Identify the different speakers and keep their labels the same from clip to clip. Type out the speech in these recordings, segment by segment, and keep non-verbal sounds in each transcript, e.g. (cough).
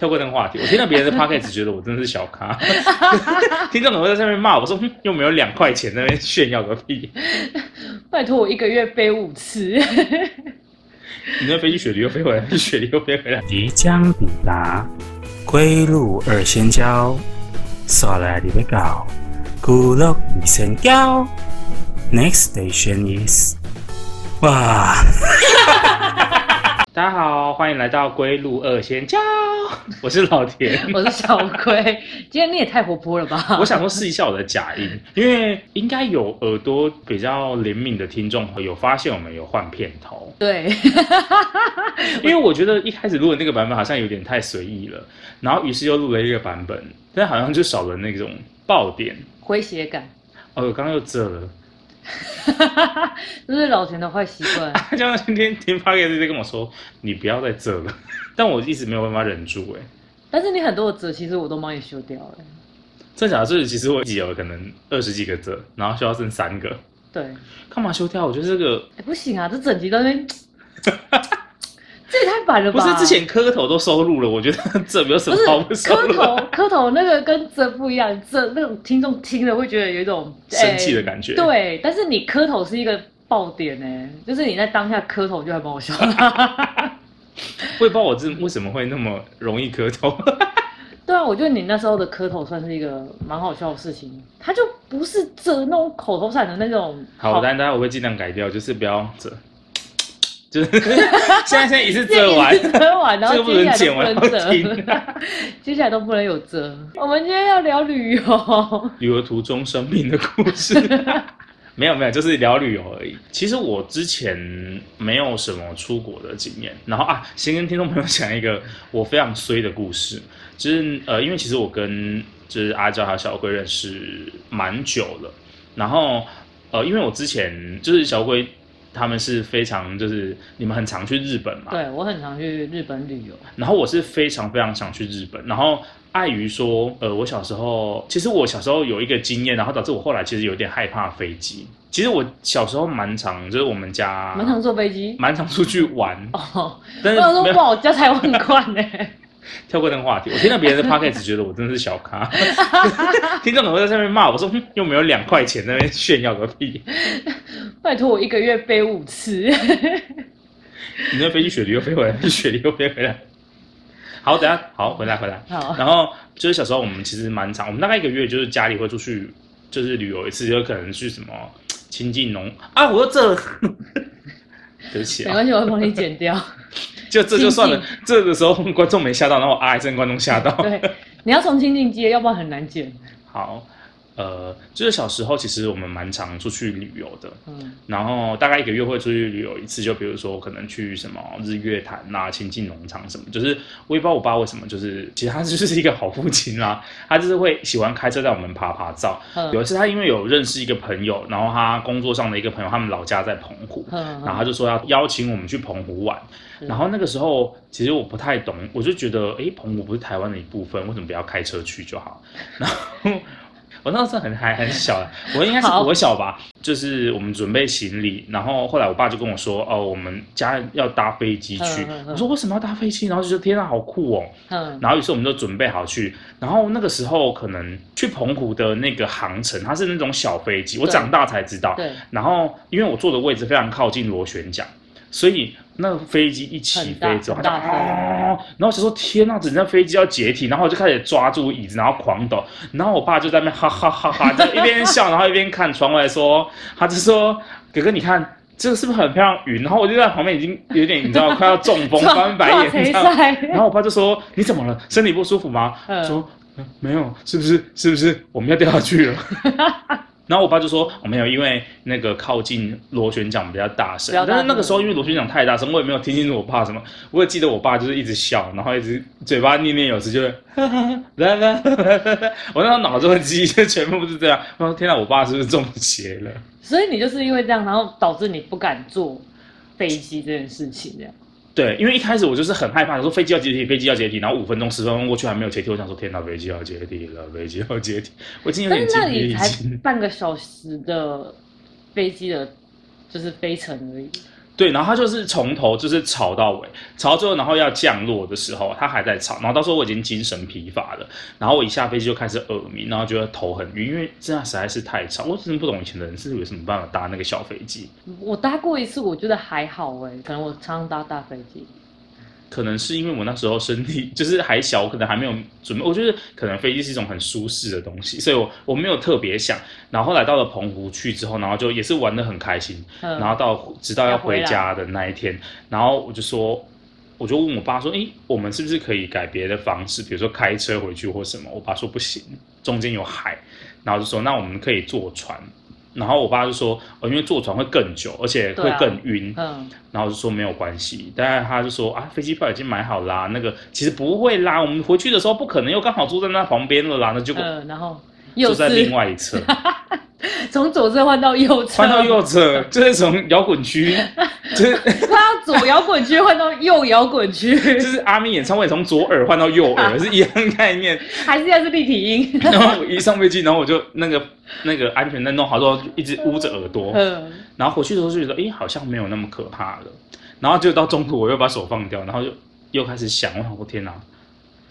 Speaker 1: 跳过那个话题，我听到别人的 podcast 觉得我真的是小咖， (laughs) 听众总会在上面骂我说，嗯又没有两块钱在那边炫耀个屁，
Speaker 2: 拜托我一个月背五
Speaker 1: (laughs)
Speaker 2: 次，
Speaker 1: 你那飞去雪梨又飞回来，去雪梨又飞回来。
Speaker 3: 即将抵达龟路二仙礁，刷来你要到古鹿二仙礁。Next station is，哇！
Speaker 1: 大家好，欢迎来到归路二仙交，我是老田。
Speaker 2: 我是小龟。今天你也太活泼了吧？
Speaker 1: 我想说试一下我的假音，
Speaker 2: 嗯
Speaker 1: 因为应该有耳朵比较灵敏的听众有发现我们有换片
Speaker 2: (laughs)
Speaker 1: 头，
Speaker 2: 对，
Speaker 1: 因为我觉得一开始录的那个版本好像有点太随意了，然后于是又录了一个版本，但好像就少了那种爆点。
Speaker 2: 诙谐感， (laughs)
Speaker 1: 哦，我刚刚又这了，
Speaker 2: 这是老田的坏习惯。
Speaker 1: 他像今天听 (laughs) p o d c a 在跟我说，你不要再这了， (laughs) 但我一直没有办法忍住、欸，哎，
Speaker 2: 但是你很多的折，其实我都帮你修掉了。
Speaker 1: 正假是其实我自己有可能二十几个折，然后需要剩三个，
Speaker 2: 对，
Speaker 1: 干嘛修掉？我觉得这个
Speaker 2: 哎不行啊，这整集都在那边这也太白了
Speaker 1: 不
Speaker 2: 吧？
Speaker 1: 是之前磕头都收录了，我觉得这没有什
Speaker 2: 不
Speaker 1: 么
Speaker 2: 是
Speaker 1: 好不收
Speaker 2: 磕
Speaker 1: 录的，
Speaker 2: 头磕头那个跟这不一样，这那种听众听了会觉得有一种
Speaker 1: 生气的感觉。
Speaker 2: 哎对，但是你磕头是一个爆点呢、就是你在当下磕头就还蛮好笑的。
Speaker 1: 我也不知道我这为什么会那么容易磕头， (laughs)
Speaker 2: 对啊，我觉得你那时候的磕头算是一个蛮好笑的事情，他就不是这那种口头禅的那种。
Speaker 1: 好，但大家我会尽量改掉，就是不要这，就是 (laughs) 现在现在一次 (laughs) 这
Speaker 2: (laughs)
Speaker 1: 完，
Speaker 2: 折完，然
Speaker 1: 这个
Speaker 2: 后
Speaker 1: 不
Speaker 2: 接
Speaker 1: 能
Speaker 2: 下
Speaker 1: 剪完
Speaker 2: 来都
Speaker 1: 要
Speaker 2: 不能
Speaker 1: 听
Speaker 2: 折， (laughs) 接下来都不能有折。我们今天要聊旅
Speaker 1: (laughs)
Speaker 2: 游，
Speaker 1: 旅游途中生病的故事。没有没有，就是聊旅游而已。其实我之前没有什么出国的经验。然后啊，先跟听众朋友讲一个我非常衰的故事，就是呃，因为其实我跟就是阿娇还有小龟认识蛮久了。然后呃，因为我之前就是小龟他们是非常就是你们很常去日本嘛，
Speaker 2: 对我很常去日本旅游，
Speaker 1: 然后我是非常非常想去日本，然后碍于说，呃，我小时候其实我小时候有一个经验，然后导致我后来其实有点害怕飞机。其实我小时候蛮常，就是我们家
Speaker 2: 蛮常坐飞机。
Speaker 1: 蛮常出去玩，
Speaker 2: 哦，
Speaker 1: (laughs) 但
Speaker 2: 我
Speaker 1: 是
Speaker 2: 想说
Speaker 1: 没有
Speaker 2: 哇，我家财万贯呢、
Speaker 1: 跳过那个话题。我听到别人的 podcast 觉得我真的是小 (laughs) 咖，听众总会在下面骂我说，哼又没有两块钱在那边炫耀个屁，
Speaker 2: 拜托我一个月背五次，
Speaker 1: 你那飞去雪梨又飞回来，去雪梨又飞回来。好，等一下好回来回来。
Speaker 2: 好，
Speaker 1: 然后就是小时候我们其实蛮长，我们大概一个月就是家里会出去就是旅游一次，有可能去什么亲近农啊，我又这， (laughs) 对不起
Speaker 2: 没
Speaker 1: 啊，
Speaker 2: 关系，我会帮你剪掉。
Speaker 1: 就这就算了。这个时候观众没吓到，然后我啊一声观众吓到。
Speaker 2: 对，你要从清境街，要不然很难剪。
Speaker 1: 好，呃，就是小时候其实我们蛮常出去旅游的，
Speaker 2: 嗯，
Speaker 1: 然后大概一个月会出去旅游一次，就比如说可能去什么日月潭呐、啊、亲近农场什么，就是我也不知道我爸为什么，就是其实他就是一个好父亲啦、他就是会喜欢开车带我们爬爬照。
Speaker 2: 嗯
Speaker 1: 有一次他因为有认识一个朋友，然后他工作上的一个朋友，他们老家在澎湖，
Speaker 2: 嗯
Speaker 1: 然后他就说要邀请我们去澎湖玩。
Speaker 2: 嗯
Speaker 1: 然后那个时候其实我不太懂，我就觉得诶，澎湖不是台湾的一部分，为什么不要开车去就好？ (laughs) 然后我那时候很还很小，啊我应该是
Speaker 2: 好
Speaker 1: 国小吧，就是我们准备行李，然后后来我爸就跟我说，哦，我们家人要搭飞机去
Speaker 2: 嗯。嗯嗯
Speaker 1: 我说为什么要搭飞机？然后就觉得天啊，好酷哦！
Speaker 2: 嗯，
Speaker 1: 然后于是我们就准备好去，然后那个时候可能去澎湖的那个航程，它是那种小飞机，我
Speaker 2: 对
Speaker 1: 长大才知道。
Speaker 2: 对，
Speaker 1: 然后因为我坐的位置非常靠近螺旋桨，所以那个飞机一起飞之后，它就
Speaker 2: 很大很大
Speaker 1: 哦，然后我想说天呐，整架飞机要解体，然后我就开始抓住椅子，然后狂抖，然后我爸就在那边哈哈哈哈，就一边笑，然后一边看窗外说，他就说哥哥你看。这个是不是很漂亮云？然后我就在旁边已经有点，你知道，快要中
Speaker 2: (laughs)
Speaker 1: 风，翻白眼，你知道吗然
Speaker 2: 赛，
Speaker 1: 后我爸就说：“你怎么了？身体不舒服吗？”
Speaker 2: 嗯
Speaker 1: 说、嗯没有，是不是？是不是我们要掉下去
Speaker 2: (laughs)
Speaker 1: 了？”然后我爸就说：“哦，没有，因为那个靠近螺旋桨比较大声
Speaker 2: 比较，大嗯
Speaker 1: 但是那个
Speaker 2: 声
Speaker 1: 时候因为螺旋桨太大声，我也没有听清楚我爸什么。我也记得我爸就是一直笑，然后一直嘴巴念念有词，就是哈哈来来， (laughs) 我那时候脑中的记忆就全部是这样。我说：天哪，我爸是不是中邪了？
Speaker 2: 所以你就是因为这样，然后导致你不敢坐飞机这件事情，这样。
Speaker 1: 对，因为一开始我就是很害怕，我说飞机要解体，飞机要解体，然后五分钟、十分钟过去还没有解体，我想说天哪，飞机要解体了，飞机要解体，我已经有
Speaker 2: 但
Speaker 1: 点
Speaker 2: 是
Speaker 1: 精
Speaker 2: 那
Speaker 1: 疲
Speaker 2: 里
Speaker 1: 力
Speaker 2: 才
Speaker 1: 尽。
Speaker 2: 半个小时的飞机的，就是飞程而已。
Speaker 1: 对，然后他就是从头就是吵到尾，吵到最后，然后要降落的时候，他还在吵，然后到时候我已经精神疲乏了，然后我一下飞机就开始耳鸣，然后觉得头很晕，因为真的实在是太吵。我真的不懂以前的人是有什么办法搭那个小飞机，
Speaker 2: 我搭过一次，我觉得还好哎、可能我常常搭大飞机。
Speaker 1: 可能是因为我那时候身体 (laughs) 就是还小，我可能还没有准备。我觉得可能飞机是一种很舒适的东西，所以我我没有特别想。然后后来到了澎湖去之后，然后就也是玩的很开心，
Speaker 2: 嗯
Speaker 1: 然后到直到要
Speaker 2: 要回
Speaker 1: 回
Speaker 2: 来
Speaker 1: 家的那一天，然后我就说，我就问我爸说，诶，我们是不是可以改别的方式，比如说开车回去或什么？我爸说不行，中间有海，然后就说那我们可以坐船。然后我爸就说，哦，因为坐船会更久，而且会
Speaker 2: 对啊
Speaker 1: 更晕。
Speaker 2: 嗯，
Speaker 1: 然后我就说没有关系，但是他就说啊，飞机票已经买好啦，那个其实不会啦，我们回去的时候不可能又刚好住在那旁边了啦，那结果
Speaker 2: 嗯，然后
Speaker 1: 就
Speaker 2: 右
Speaker 1: 在
Speaker 2: 侧
Speaker 1: 另外一侧，
Speaker 2: 从左侧换到右侧，
Speaker 1: 换到右侧，就是从摇滚区， (laughs) 就是
Speaker 2: 他要左摇滚区换到右摇滚区，
Speaker 1: 就是阿咪演唱会从左耳换到右耳是一样概念。
Speaker 2: 还是要是立体音。
Speaker 1: 然后我一上飞机，然后我就那个那个安全带弄好之后，就一直捂着耳朵，
Speaker 2: 嗯，
Speaker 1: 然后回去的时候就觉得，诶，好像没有那么可怕了。然后就到中途我又把手放掉，然后就又开始想，我想我天哪，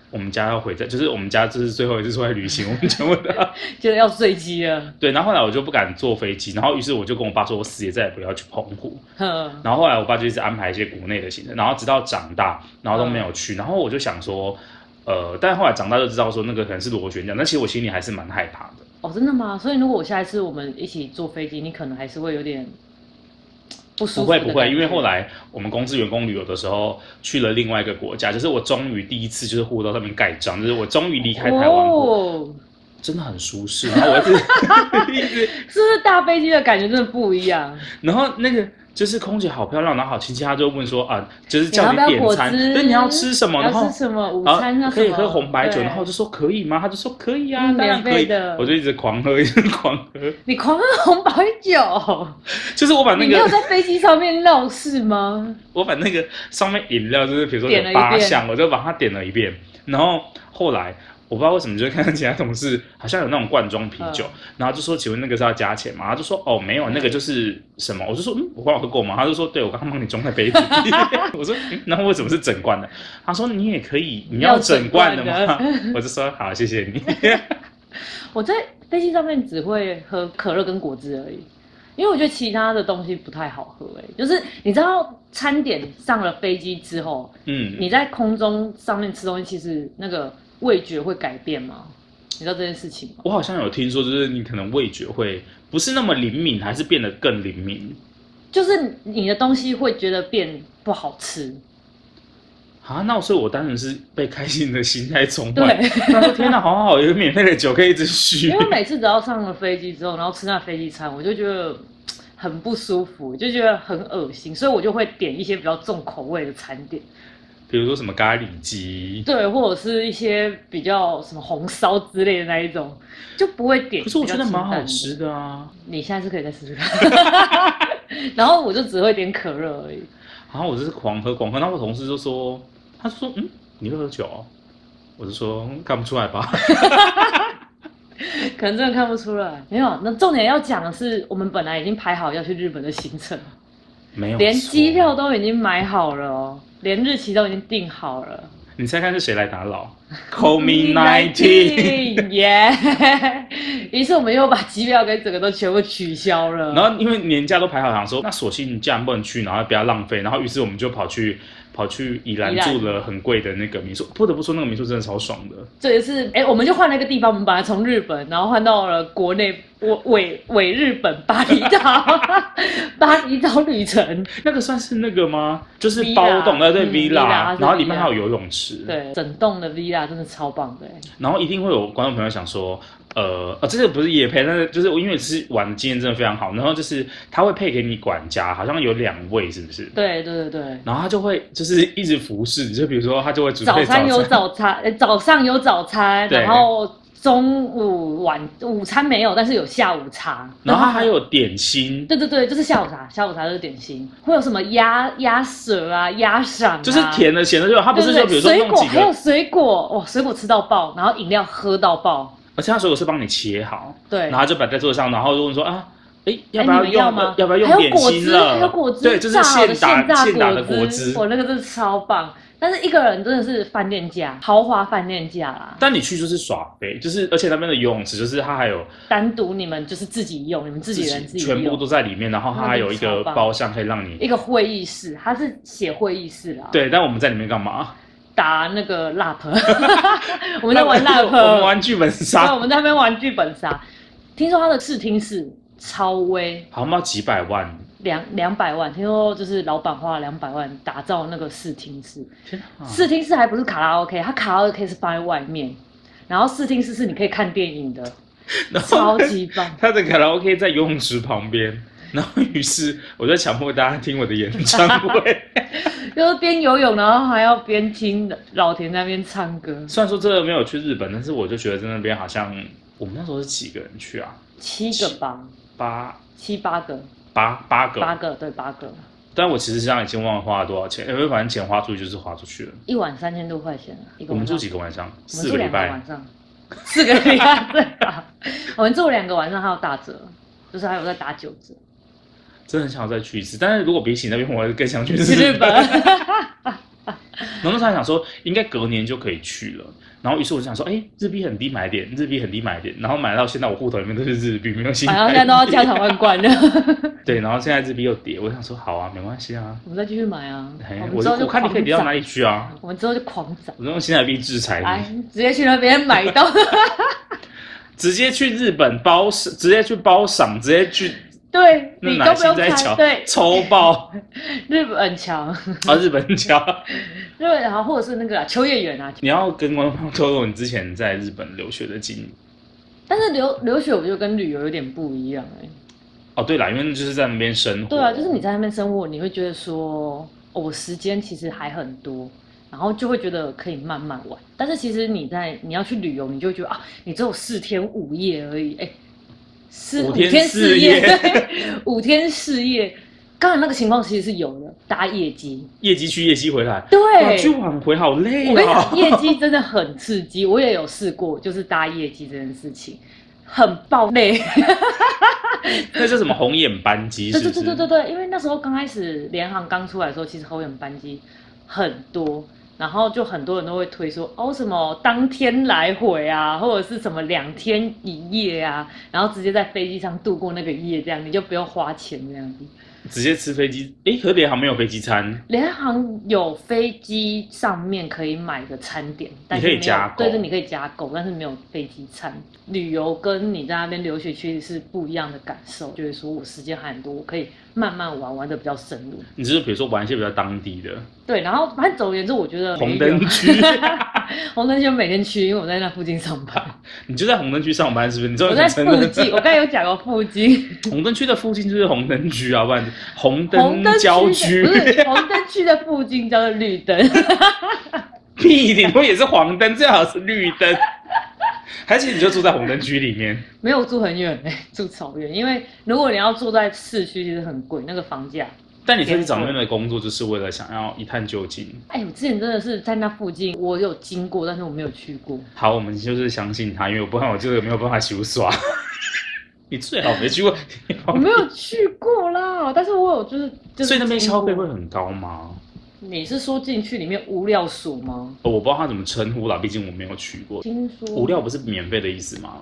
Speaker 1: 我们家要回家，就是我们家这是最后一次出来旅行，我们全部的
Speaker 2: 觉得要坠机了。
Speaker 1: 对。然后后来我就不敢坐飞机，然后于是我就跟我爸说，我死也再也不要去澎湖。
Speaker 2: 嗯，
Speaker 1: 然后后来我爸就一直安排一些国内的行程，然后直到长大，然后都没有去。然后我就想说，呃，但后来长大就知道说那个可能是螺旋桨，但其实我心里还是蛮害怕的。
Speaker 2: 哦，真的吗？所以如果我下一次我们一起坐飞机，你可能还是会有点不舒
Speaker 1: 不
Speaker 2: 服。
Speaker 1: 会不会，因为后，来我们公司员工旅游的时候去了另外一个国家，就是我终于第一次就是护照上面盖章，就是我终于离开台湾过，
Speaker 2: 哦，
Speaker 1: 真的很舒适。然后我一直一直， (laughs)
Speaker 2: 是不是大飞机的感觉真的不一样？
Speaker 1: 然后那个就是空姐好漂亮，然后好亲切，她就问说啊，就是叫
Speaker 2: 你要不要
Speaker 1: 点
Speaker 2: 果
Speaker 1: 餐，
Speaker 2: 汁
Speaker 1: 对，你要吃什么？然后
Speaker 2: 要吃什么午
Speaker 1: 啊
Speaker 2: 餐要
Speaker 1: 可以
Speaker 2: 什
Speaker 1: 喝
Speaker 2: 么
Speaker 1: 红白酒，
Speaker 2: 对
Speaker 1: 然后我就说可以吗？她就说可以啊，
Speaker 2: 嗯
Speaker 1: 当然
Speaker 2: 免
Speaker 1: 可
Speaker 2: 费
Speaker 1: 以
Speaker 2: 的
Speaker 1: 我就一直狂喝，一直狂喝，
Speaker 2: 你狂喝红白酒，
Speaker 1: 就是我把那
Speaker 2: 你没有
Speaker 1: 个
Speaker 2: 在飞机上面闹事吗？
Speaker 1: 我把那个上面饮料，就是比如说
Speaker 2: 点了
Speaker 1: 有
Speaker 2: 一
Speaker 1: 八
Speaker 2: 遍
Speaker 1: 项，我就把它点了一遍。然后后来我不知道为什么，就看到其他同事好像有那种罐装啤酒，
Speaker 2: 嗯
Speaker 1: 然后就说：“请问那个是要加钱吗？”他就说：“哦，没有，那个就是什么。”我就说：“嗯，我刚好喝过吗？”他就说：“对，我刚刚帮你装在杯子里。”我说：“嗯那为什么是整罐的？”他说：“你也可以，你要
Speaker 2: 要
Speaker 1: 整
Speaker 2: 整
Speaker 1: 罐
Speaker 2: 罐
Speaker 1: 的
Speaker 2: 的
Speaker 1: 吗？” (laughs) 我就说：“好，谢谢你。 (laughs)
Speaker 2: 我在飞机上面只会喝可乐跟果汁而已，因为我觉得其他的东西不太好喝、欸。就是你知道餐点上了飞机之后，”
Speaker 1: 嗯，
Speaker 2: 你在空中上面吃东西，其实那个味觉会改变吗？你知道这件事情吗？
Speaker 1: 我好像有听说，就是你可能味觉会不是那么灵敏，还是变得更灵敏
Speaker 2: 就是你的东西会觉得变不好吃，
Speaker 1: 啊？那所以，我当然是被开心的心
Speaker 2: (laughs)
Speaker 1: 态冲坏。
Speaker 2: 对，
Speaker 1: 他说：“天哪，好好，有免费的酒可以一直续
Speaker 2: 因。为每次只要上了飞机之后，然后吃那飞机餐，我就觉得嘖很不舒服，就觉得很恶心，所以我就会点一些比较重口味的餐点，
Speaker 1: 比如说什么咖喱鸡，
Speaker 2: 对，或者是一些比较什么红烧之类的那一种，就不会点。
Speaker 1: 可是我觉得蛮好
Speaker 2: 比较
Speaker 1: 吃
Speaker 2: 清淡的，
Speaker 1: 的啊。
Speaker 2: 你下次可以再试试看。 (laughs) 然后我就只会点可乐而已，
Speaker 1: 然后我就是狂喝狂喝，然后我同事就说，他就说嗯，你会喝酒哦、我就说嗯看不出来吧。
Speaker 2: 可能真的看不出来。没有，那重点要讲的是，我们本来已经排好要去日本的行程，
Speaker 1: 没有错，
Speaker 2: 连机票都已经买好了哦，连日期都已经定好了。
Speaker 1: 你猜看是谁来打扰？Call me nineteen。
Speaker 2: 耶！ (laughs) 于是我们又把机票跟整个都全部取消
Speaker 1: (laughs)
Speaker 2: 了。
Speaker 1: 然后因为年假都排好，想说那索性既然不能去，然后不要浪费，然后于是我们就跑去跑去宜兰
Speaker 2: 宜兰
Speaker 1: 住了很贵的那个民宿。不得不说，那个民宿真的超爽的。
Speaker 2: 这也是哎、我们就换了一个地方，我们本来从日本，然后换到了国内伪伪伪日本巴厘
Speaker 1: (laughs)
Speaker 2: 岛，巴厘岛旅程。
Speaker 1: 那个算是那个吗？就是
Speaker 2: Villa，
Speaker 1: 包栋呃的对
Speaker 2: 嗯
Speaker 1: villa，、
Speaker 2: Villa，
Speaker 1: 然后里面
Speaker 2: Villa
Speaker 1: 还有游泳池，，
Speaker 2: 对，整栋的 villa 真的超棒的、哎
Speaker 1: 然后一定会有观众朋友想说，呃，呃，这个不是夜配，但是就是我因为是玩的经验真的非常好，然后就是他会配给你管家，好像有两位是不是？
Speaker 2: 对对对对。
Speaker 1: 然后他就会就是一直服侍你，就比如说他就会准
Speaker 2: 早
Speaker 1: 备
Speaker 2: 餐有
Speaker 1: 早餐，
Speaker 2: 早餐，呃早上有早餐，
Speaker 1: 对
Speaker 2: 然后中午晚午餐没有，但是有下午茶。
Speaker 1: 然后他还有点心，
Speaker 2: 对对对，就是下午茶，下午茶就是点心，会有什么鸭鸭舌啊、鸭嗓、啊，
Speaker 1: 就是甜的咸的就有，他不是就
Speaker 2: 对对对
Speaker 1: 比如说
Speaker 2: 水
Speaker 1: 弄
Speaker 2: 果，
Speaker 1: 几
Speaker 2: 还有
Speaker 1: 个，
Speaker 2: 水果，哇，水果吃到爆，然后饮料喝到爆，
Speaker 1: 而且他水果是帮你切好，
Speaker 2: 对
Speaker 1: 然后，他就摆在桌上，然后就问说啊。哎，要不要
Speaker 2: 你们要
Speaker 1: 用？
Speaker 2: 吗？
Speaker 1: 要不要用
Speaker 2: 还有
Speaker 1: 点
Speaker 2: 果
Speaker 1: 心
Speaker 2: 汁，
Speaker 1: 了？
Speaker 2: 还有果汁，
Speaker 1: 对，就是
Speaker 2: 榨好的
Speaker 1: 现
Speaker 2: 现榨
Speaker 1: 打现打的
Speaker 2: 果
Speaker 1: 汁。
Speaker 2: 我那个真的超棒。但是一个人真的是饭店价，豪华饭店价啦。
Speaker 1: 但你去就是耍呗，就是而且那边的游泳池就是它还有
Speaker 2: 单独你们就是自己用，你们自己人自己
Speaker 1: 全部
Speaker 2: 用
Speaker 1: 都。在里面，然后它还有一个包厢可以让
Speaker 2: 一
Speaker 1: 你
Speaker 2: 个会议室，它是写会议室啦。，
Speaker 1: 对。但我们在里面干嘛？
Speaker 2: 打那个
Speaker 1: (laughs)
Speaker 2: lap，我们在玩
Speaker 1: 那
Speaker 2: lap，
Speaker 1: 我们玩剧本
Speaker 2: 对，
Speaker 1: 杀，
Speaker 2: 我们在那边玩剧本杀。听说它的视听室超威，
Speaker 1: 好像要几百万。
Speaker 2: 两两百万，听说就是老板花了两百万打造那个视听室。
Speaker 1: 天啊！
Speaker 2: 视听室还不是卡拉 OK，它卡拉 OK 是放在外面，然后视听室是你可以看电
Speaker 1: (laughs)
Speaker 2: 影的，
Speaker 1: 然后
Speaker 2: 超级棒。
Speaker 1: (laughs) 他的卡拉 OK 在游泳池旁边，然后于是我在强迫大家听我的演唱会。
Speaker 2: 就是边游泳，然后还要边听老田那边唱歌，
Speaker 1: 虽然说这个没有去日本，但是我就觉得在那边好像我们那时候是几个人去啊？
Speaker 2: 七个吧，
Speaker 1: 八
Speaker 2: 七八个，
Speaker 1: 八八个，
Speaker 2: 八个对八个，
Speaker 1: 但我其实上已经忘了花了多少钱，因为反正钱花出去就是花出去了。
Speaker 2: 一晚三千多块钱啊，一
Speaker 1: 我
Speaker 2: 个
Speaker 1: 们
Speaker 2: 晚上
Speaker 1: 住几个晚上？
Speaker 2: 我们
Speaker 1: 四
Speaker 2: 住
Speaker 1: 个
Speaker 2: 两
Speaker 1: 礼
Speaker 2: 个
Speaker 1: 拜
Speaker 2: 晚。上， (laughs) 四个礼拜对吧？我们住两个晚上还有打折，就是还有在打九
Speaker 1: (laughs)
Speaker 2: 折。
Speaker 1: 真的很想要再去一次，但是如果比起那边，我还是更想去，
Speaker 2: 去日本
Speaker 1: (laughs) 然后那时候还想说，应该隔年就可以去了。然后于是我就想说，哎、日币很低，买点；日币很低，买点。然后买到现在，我户头里面都是日币，没有新
Speaker 2: 晚 (laughs)
Speaker 1: 台币。
Speaker 2: 上现在都要家财万贯了， (laughs)
Speaker 1: 对，然后现在日币又跌，我想说，好啊，没关系啊。
Speaker 2: 我们再继续买啊。
Speaker 1: 哎
Speaker 2: 我们
Speaker 1: 我
Speaker 2: 之后就
Speaker 1: 我看你可以跌到哪
Speaker 2: 里，
Speaker 1: 里去啊？
Speaker 2: 我们之后就狂涨，
Speaker 1: 我就用新台币制裁
Speaker 2: 哎
Speaker 1: 你，，
Speaker 2: 直接去那边买到。 (laughs)
Speaker 1: 直接去日本包，直接去包赏，直接去
Speaker 2: 对
Speaker 1: 那
Speaker 2: 你
Speaker 1: 哪
Speaker 2: 都不
Speaker 1: 心
Speaker 2: 用
Speaker 1: 在
Speaker 2: 猜，
Speaker 1: 瞧
Speaker 2: 对，
Speaker 1: 抽爆 (laughs)
Speaker 2: 日本很强，
Speaker 1: 啊！日本桥，
Speaker 2: (laughs) 日本然后或者是那个啦秋叶原啊，
Speaker 1: 你要跟观众朋友透露你之前在日本留学的经历。
Speaker 2: 但是留留学我觉得跟旅游有点不一样哎、
Speaker 1: 哦，对啦，因为就是在那边生活。
Speaker 2: 对啊，就是你在那边生活，你会觉得说，哦，我时间其实还很多，然后就会觉得可以慢慢玩。但是其实你在你要去旅游，你就会觉得啊，你只有四天五夜而已，哎，四
Speaker 1: 五
Speaker 2: 五
Speaker 1: 天
Speaker 2: 天
Speaker 1: 四
Speaker 2: 四
Speaker 1: 夜
Speaker 2: 夜，对五天四夜。刚才那个情况其实是有的，搭夜机，
Speaker 1: 业绩去，业绩回来。哇，去
Speaker 2: 对。
Speaker 1: 挽回好累
Speaker 2: 我跟你
Speaker 1: 哦
Speaker 2: 讲，。业绩真的很刺激，我也有试过，就是搭业绩这件事情，很爆累。
Speaker 1: (laughs) 那叫什么红眼班机？
Speaker 2: 对
Speaker 1: 是
Speaker 2: 对
Speaker 1: 不是
Speaker 2: 对对对对，因为那时候刚开始联航刚出来的时候，其实红眼班机很多，然后就很多人都会推说哦什么当天来回啊，或者是什么两天一夜啊，然后直接在飞机上度过那个夜，这样你就不用花钱这样子。
Speaker 1: 直接吃飞机。诶，和联航没有飞机餐，
Speaker 2: 联航有飞机上面可以买的餐点，但是
Speaker 1: 可以
Speaker 2: 没有
Speaker 1: 加购
Speaker 2: 对对，你可以加购，但是没有飞机餐。旅游跟你在那边留学其实是不一样的感受，就是说我时间还很多，我可以慢慢玩，玩的比较深入。
Speaker 1: 你就是比如说玩一些比较当地的
Speaker 2: 对，然后反正总而言之，我觉得
Speaker 1: 红灯区，
Speaker 2: (laughs) 红灯区每天去，因为我在那附近上
Speaker 1: (laughs)
Speaker 2: 班，
Speaker 1: 你就在红灯区上班是不是？你终
Speaker 2: 我
Speaker 1: 于
Speaker 2: 在
Speaker 1: 承
Speaker 2: 附
Speaker 1: 认
Speaker 2: 近，我刚才有讲过附近，
Speaker 1: 红灯区的附近就是红灯区啊，不然红
Speaker 2: 红
Speaker 1: (laughs) 灯
Speaker 2: 灯
Speaker 1: 郊区
Speaker 2: 区的不
Speaker 1: (laughs)
Speaker 2: 嗯是红灯区的附近叫做绿灯， (laughs)
Speaker 1: 屁，顶多也是黄灯，最好是绿灯。 (laughs) 还是你就住在红灯区里面，
Speaker 2: 没有住很远、欸，住草原，因为如果你要住在市区，其实很贵，那个房价。
Speaker 1: 但你开始找那边的工作，就是为了想要一探究竟。
Speaker 2: 哎，我之前真的是在那附近，我有经过，但是我没有去过。
Speaker 1: 好，我们就是相信他，因为我不然我这个没有办法修刷。 (laughs) 你最好没去过，
Speaker 2: 我没有去过啦，但是我有就是 (laughs) 就是。
Speaker 1: 所以那边消费会？很高吗？
Speaker 2: 你是说进去里面无料所吗？
Speaker 1: 哦我不知道他怎么称呼啦，毕竟我没有去过。
Speaker 2: 听说
Speaker 1: 无料不是免费的意思吗？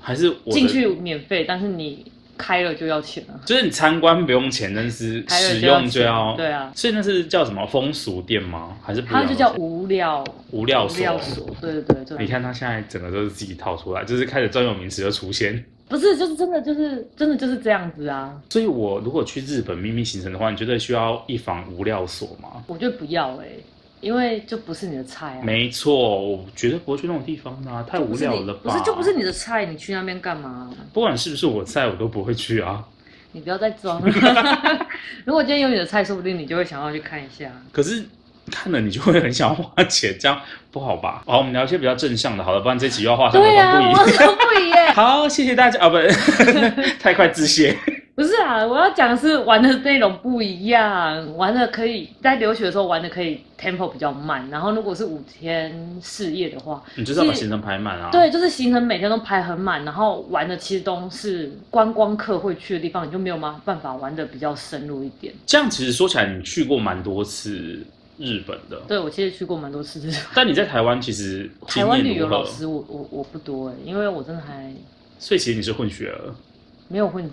Speaker 1: 还是我的
Speaker 2: 进去免费，但是你开了就要钱啊。
Speaker 1: 就是你参观不用钱，但是
Speaker 2: 开了
Speaker 1: 使
Speaker 2: 就要
Speaker 1: 用就要
Speaker 2: 钱对啊
Speaker 1: 所以那是叫什么风俗店吗？还是不一
Speaker 2: 它
Speaker 1: 样
Speaker 2: 就
Speaker 1: 的
Speaker 2: 叫无料
Speaker 1: 无料
Speaker 2: 无料所，对对对对。
Speaker 1: 你，看他现在整个都是自己套出来，就是开始专有名词就出现。
Speaker 2: 不是，就是真的，就是真的就是这样子啊。
Speaker 1: 所以我如果去日本秘密行程的话，你觉得需要一房无料所吗？
Speaker 2: 我觉得不要哎、因为就不是你的菜啊。
Speaker 1: 没错，我绝对不会去那种地方的、啊，太
Speaker 2: 就
Speaker 1: 无
Speaker 2: 不是
Speaker 1: 聊
Speaker 2: 你
Speaker 1: 了吧？
Speaker 2: 不是，就不是你的菜，你去那边干嘛？
Speaker 1: 不管是不是我在，我都不会去啊。
Speaker 2: 你不要再
Speaker 1: (laughs)
Speaker 2: 装了。如果今天有你的菜，说不定你就会想要去看一下。
Speaker 1: 可是看了你就会很想要花钱，这样不好吧？好，我们聊一些比较正向的，好了，不然这集又要画上
Speaker 2: 对
Speaker 1: 了
Speaker 2: 啊，
Speaker 1: 不 (laughs)
Speaker 2: 我
Speaker 1: 一。
Speaker 2: 说不一耶。
Speaker 1: (laughs) 好，谢谢大家啊，不，太快致谢。
Speaker 2: 不是啊，我要讲的是玩的内容不一样，玩的可以在留学的时候玩的可以 tempo 比较慢，然后如果是五天四夜的话，
Speaker 1: 你就是要把行程排满啊。
Speaker 2: 对，就是行程每天都排很满，然后玩的其实都是观光客会去的地方，你就没有嘛办法玩的比较深入一点。
Speaker 1: 这样其实说起来，你去过蛮多次日本的，
Speaker 2: 对我其实去过蛮多次这种。
Speaker 1: 但你在台湾其实经
Speaker 2: 台湾
Speaker 1: 验
Speaker 2: 旅游
Speaker 1: 如
Speaker 2: 老
Speaker 1: 何？
Speaker 2: 师我我我不多哎、因为我真的还
Speaker 1: 所以其实你是混血儿，
Speaker 2: 没有混，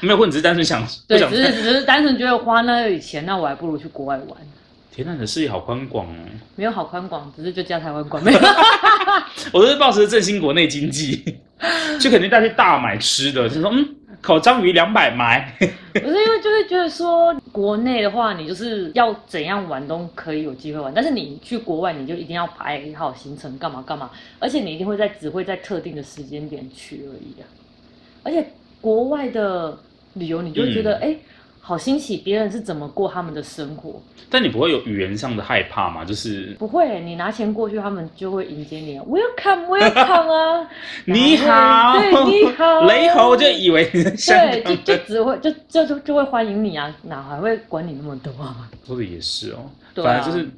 Speaker 1: 没有混，你只是单纯想不
Speaker 2: 对，
Speaker 1: 想
Speaker 2: 只。是只是单纯觉得花那里钱，那我还不如去国外玩，
Speaker 1: 天呐，你的视野好宽广哦！
Speaker 2: 没有好宽广，只是就加台湾馆没有。
Speaker 1: 我都是抱持振兴国内经
Speaker 2: (laughs)
Speaker 1: 济，就肯定带去大买吃的，就说嗯，烤章鱼两百买， (laughs)
Speaker 2: 不是因为就会觉得说，国内的话，你就是要怎样玩都可以有机会玩，但是你去国外，你就一定要排好行程，干嘛干嘛，而且你一定会在只会在特定的时间点去而已啊。而且国外的旅游，你就会觉
Speaker 1: 嗯
Speaker 2: 得哎、诶好新奇，别人是怎么过他们的生活？
Speaker 1: 但你不会有语言上的害怕吗？就是
Speaker 2: 不会，你拿钱过去，他们就会迎接你啊，Welcome Welcome 啊，
Speaker 1: (laughs) 你好，
Speaker 2: 对，你
Speaker 1: (laughs)
Speaker 2: 好，
Speaker 1: 雷猴就以为你是香
Speaker 2: 对，就
Speaker 1: 港
Speaker 2: 就
Speaker 1: 人，
Speaker 2: 只会就就就就会欢迎你啊，哪还会管你那么多啊？ (laughs)
Speaker 1: 说的也是哦，
Speaker 2: 对
Speaker 1: 反
Speaker 2: 啊
Speaker 1: 正就是。